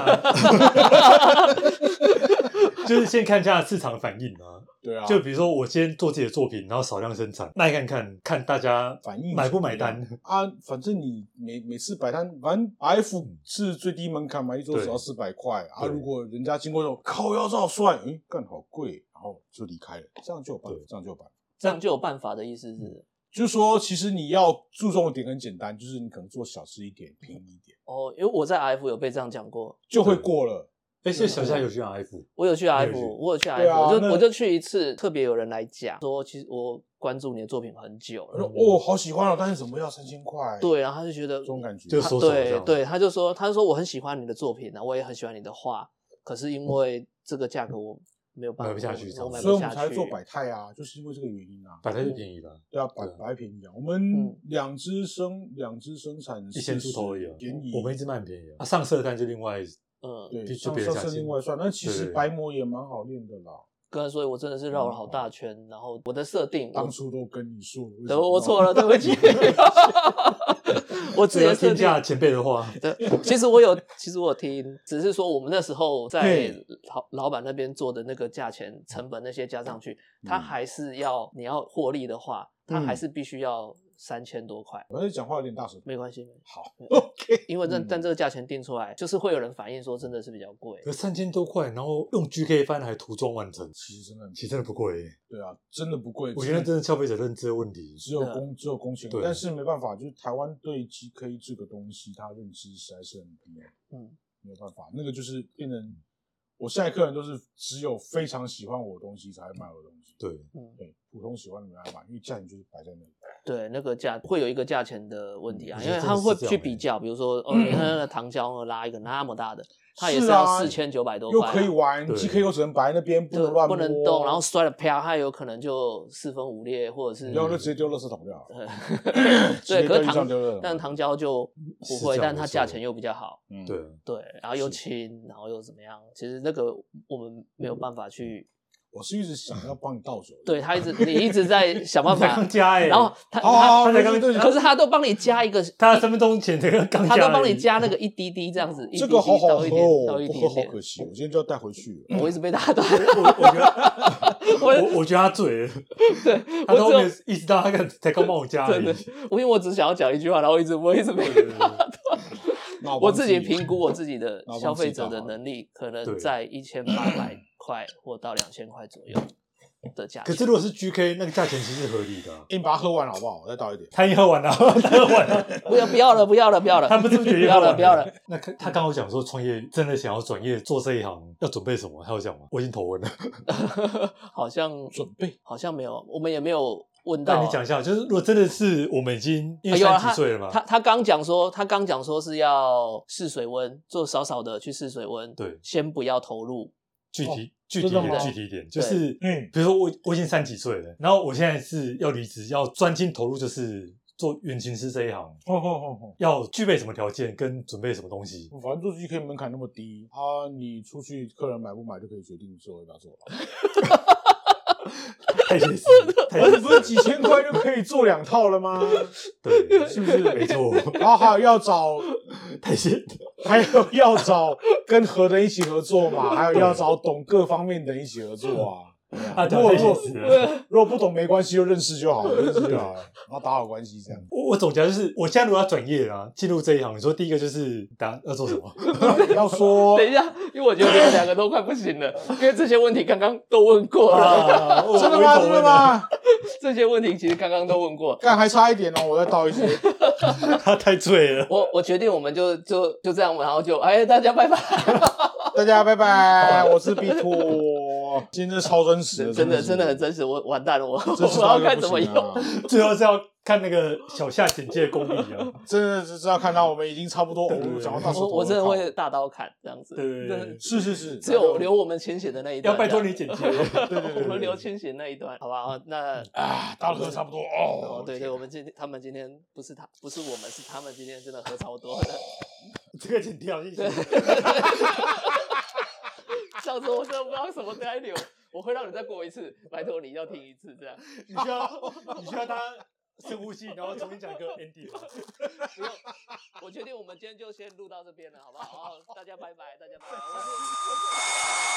S5: 就是先看一下市场反应啊。
S4: 对啊，
S5: 就比如说我先做自己的作品，然后少量生产，卖看看看大家
S4: 反应
S5: 买不
S4: 怎么
S5: 买单
S4: 样。啊？反正你每每次摆摊，反正 F 是最低门槛嘛，一桌
S5: 嗯对
S4: 只要四百块啊。
S5: 对
S4: 如果人家经过说靠腰这好帅，诶，干好贵，然后就离开了，这样就有办法
S5: 对，
S4: 这样就有办法。
S1: 这样就有办法的意思
S4: 嗯
S1: 是，
S4: 就是说，其实你要注重的点很简单，就是你可能做小吃一点，便宜一点，
S1: 哦，因为我在 F 有被这样讲过，
S4: 就会过了。
S5: 哎，
S4: 啊
S5: 所以小夏有去拿 F，
S1: 我有去
S5: 你
S1: F，
S5: 有去
S1: 我有去 F，、
S4: 对啊
S1: 我就
S4: 那
S1: 我就去一次，特别有人来讲说，其实我关注你的作品很久
S4: 我说
S1: 了，
S5: 嗯
S4: 哦，好喜欢哦，但是怎么要三千块？，
S1: 对，然后他就觉得
S4: 嗯这种感觉啊
S5: 就
S1: 他
S5: 说手这
S1: 对
S5: 样
S1: 对，他就说，他就说我很喜欢你的作品啊，我也很喜欢你的画，可是因为这个价格我没有办法
S5: 嗯买不下去这
S1: 我
S5: 样
S1: 买
S4: 所以
S1: 不
S4: 我
S1: 下
S4: 们
S1: 去。
S4: 才会做百态啊，就是因为这个原因啊。
S5: 摆太就便宜了。
S4: 对啊，摆
S5: 对啊
S4: 摆便宜啊。我
S1: 嗯
S4: 们两只生两只生产
S5: 一千出头而已啊
S4: 40便宜。
S5: 我们一直卖很便宜啊，啊上色单就另外
S1: 嗯，
S4: 对，
S5: 就
S4: 上
S5: 别
S4: 上
S5: 加
S4: 是
S5: 薪
S4: 另外算，但其
S5: 对
S4: 实
S5: 对
S4: 白膜也蛮好练的啦。
S1: 跟他说我真的是绕
S5: 嗯
S1: 了好大圈，然后我的设定，我
S4: 当初都跟你说，为什
S1: 对
S4: 么
S1: 我我错了，对不 起，我
S5: 只
S1: 只
S5: 要
S1: 能设
S5: 听
S1: 定。
S5: 下前辈的话，
S1: 对，其实我有，其实我有听，只是说我们那时候在
S5: 对
S1: 老老板那边做的那个价钱、成本那些加上去，他
S4: 嗯
S1: 还是要你要获利的话，他还是必须要三千多块，
S4: 我要是讲话有点大声。
S1: 没关系，没关系
S4: 好，OK，
S1: 因为但
S4: 嗯
S1: 但这个价钱定出来，就是会有人反映说真的是比较贵
S5: 可，三千多块，然后用 GK 翻还涂装完成，
S4: 其实真的很
S5: 其实真的不贵耶、欸
S4: 对啊，真的不贵。
S5: 我觉得真的消费者认知的问题。
S4: 只
S1: 啊
S4: 有工只有工钱，
S5: 对
S4: 但是没办法，就是台湾对 GK 这个东西，它认知实在是很低，啊
S1: 嗯，
S4: 没有办法，那个就是变成我现在客人都是只有非常喜欢我的东西才会买我的东西，
S5: 对，
S1: 嗯，
S4: 对，普通喜欢的没办法买，因为价钱就是摆在那里。
S1: 对，那个价会有一个价钱的问题
S4: 嗯
S1: 啊，
S5: 我
S1: 因
S5: 觉得
S1: 为
S5: 真的
S1: 他们会
S5: 是这样
S1: 去
S5: 欸
S1: 比较，比如 说哦，你看那个糖胶拉一个那么大的，它也
S4: 是
S1: 要
S4: 啊
S1: 四千九百多
S4: 又
S1: 块啊，
S4: 可以玩
S5: 对
S4: ，GK 又只能摆在那边，不
S1: 对
S4: 能乱
S1: 不能
S4: 摸
S1: 动，然后摔了啪，它有可能就四分五裂，或者是
S4: 然后就直接 丢垃圾桶就好了。直
S1: 对，
S4: 接
S1: 可
S4: 丢
S1: 是
S4: 地上
S1: 糖
S4: 丢垃圾桶
S1: 但糖胶就不
S5: 是
S1: 会，
S5: 这样
S1: 但
S5: 没
S1: 它价
S5: 错
S1: 钱又比较好，
S4: 嗯
S5: 对，啊
S1: 对，然后又轻，然后又怎么样？其实那个我们没有办法去，
S4: 我是一直想要帮你倒酒，
S1: 对他一直你一直在想 办法
S5: 刚， 加哎、
S1: 然后他
S4: 好好
S1: 他
S4: 好，
S5: 他才
S4: 对
S5: 刚
S4: 对对，
S1: 可是他都帮你加一个，
S5: 他三分钟前才刚加而 已，
S1: 他都帮你加那个一滴滴这样子，一
S4: 这
S1: 滴滴
S4: 个好好
S1: 倒
S4: 喝
S1: 一点
S4: 哦，
S1: 倒一
S4: 不
S1: 点嗯
S4: 喝好可
S1: 点。
S4: 惜，我今天就要带回去 了。
S1: 我一直被打断，
S5: 我我觉得
S1: 我
S5: 我我觉得他醉了，对他
S1: 我
S5: 到后
S1: 只有
S5: 面意识到他刚才刚帮我加而
S1: 真
S5: 已
S1: 的， 我因为我只想要讲一句话，然后一直我一直被
S5: 对对对
S1: 打断。
S4: 那
S1: 我
S4: 帮
S1: 自己评估我自己的
S4: 那我帮
S1: 消费者
S4: 自己
S1: 的
S4: 打好了
S1: 能力，可
S5: 对
S1: 能在一千八百块或到两千块左右的价
S5: 可
S1: 钱。
S5: 是如果是 GK，那个价钱其实是合理的啊、
S4: 硬把它喝完了好不好？我再倒一点。
S5: 他已经喝完了，他喝 完了。
S1: 不要不要了，不要了，不要了，
S5: 他不知不觉
S1: 不
S5: 就
S1: 要
S5: 喝完
S1: 了，不要了。。
S5: 那他他刚好讲说创业真的想要转业做这一行要准备什么，他有讲吗？我已经投文了。
S1: 好像
S4: 准备
S1: 好像没有，我们也没有问到。
S5: 但你讲一下，就是如果真的是我们已经
S1: 啊哎
S5: 因为
S1: 有啊
S5: 三
S1: 他
S5: 十岁了嘛，
S1: 他他刚讲说，他刚讲说是要试水温，做少少的去试水温，
S5: 对
S1: 先不要投入。
S5: 具
S4: 哦
S5: 体具体一
S4: 真的
S5: 点，
S4: 吗
S5: 具体一点，就是
S4: 嗯
S5: 比如说我我已经三十几岁了，然后我现在是要离职，要专心投入就是做远行师这一行，
S4: 哦哦
S5: 要具备什么条件跟准备什么东西。
S4: 哦，反正做 GK 门槛那么低啊，你出去客人买不买就可以决定最后要不要做了。
S5: 太现实，太
S4: 而且
S5: 现
S4: 不是
S5: 实，
S4: 几千块就可以做两套了吗？
S5: 对，是不是没 错？
S4: 然后还有要找，
S5: 太现，
S4: 还有要找跟何人一起合作嘛，还有要找懂各方面的人一起合作啊。
S5: 他
S4: 如
S5: 讲
S4: 果
S5: 太
S4: 如
S5: 现
S4: 果
S5: 实了。
S4: 如果不懂没关系，就认识 就好了，认识就好了，然后打好关系这样。
S5: 我我总结就是，我现在如果要转业啊，进入这一行，你说第一个就是打要做 什么？
S4: 要
S5: 哦
S4: 说
S1: 等一下，因为我觉得你们两个都快不行 了，因为这些问题刚刚都问过了，
S5: 啊 我
S4: 真的吗？
S5: 我已经
S4: 真
S5: 投文
S4: 的
S5: 了
S4: 吗？
S1: 这些问题其实刚刚都问过。
S4: 干还差一点哦，我再倒一些。
S5: 他太醉了。
S1: 我我决定，我们就就就这样，然后就哎，大家拜拜。
S4: 大家拜拜，我是 B Two，今天是超真实的，
S1: 真的真的很
S4: 真
S1: 真实，我完蛋了，我
S4: 实，真实
S1: 我要
S4: 到一个
S1: 看
S4: 不
S1: 怎么
S4: 行
S1: 用。
S4: 啊
S5: 最后是要看那个小夏简介功力啊。
S4: 真的是知道看到我们已经差不多，
S5: 对对对
S4: 哦讲到大舌头
S1: 我
S4: 了
S1: 我真的
S4: 靠
S1: 会大刀砍这样子，
S5: 对 对对
S1: 真的
S4: 是是是，
S1: 只有留我们清醒的那一段，
S5: 要拜托你简介。
S1: 这样，
S4: 对 对对对
S1: 我们留清醒那一段，好不好？那
S5: 嗯
S4: 啊，大喝差不多
S1: 哦
S4: 哦，，
S1: 对对，我们今天他们今天不是他，不是我们，是他们今天真的喝超多的。
S5: 这个剪掉，谢谢。
S1: 上次我真的不知道什么该留，我会让你再过一次，拜托你要听一次这样，
S5: 你需 要你需要他深呼吸，然后重新讲一个 ending 吗。
S1: 不用。我决定我们今天就先录到这边了，好不好？好，大家拜拜，大家拜拜。我是我是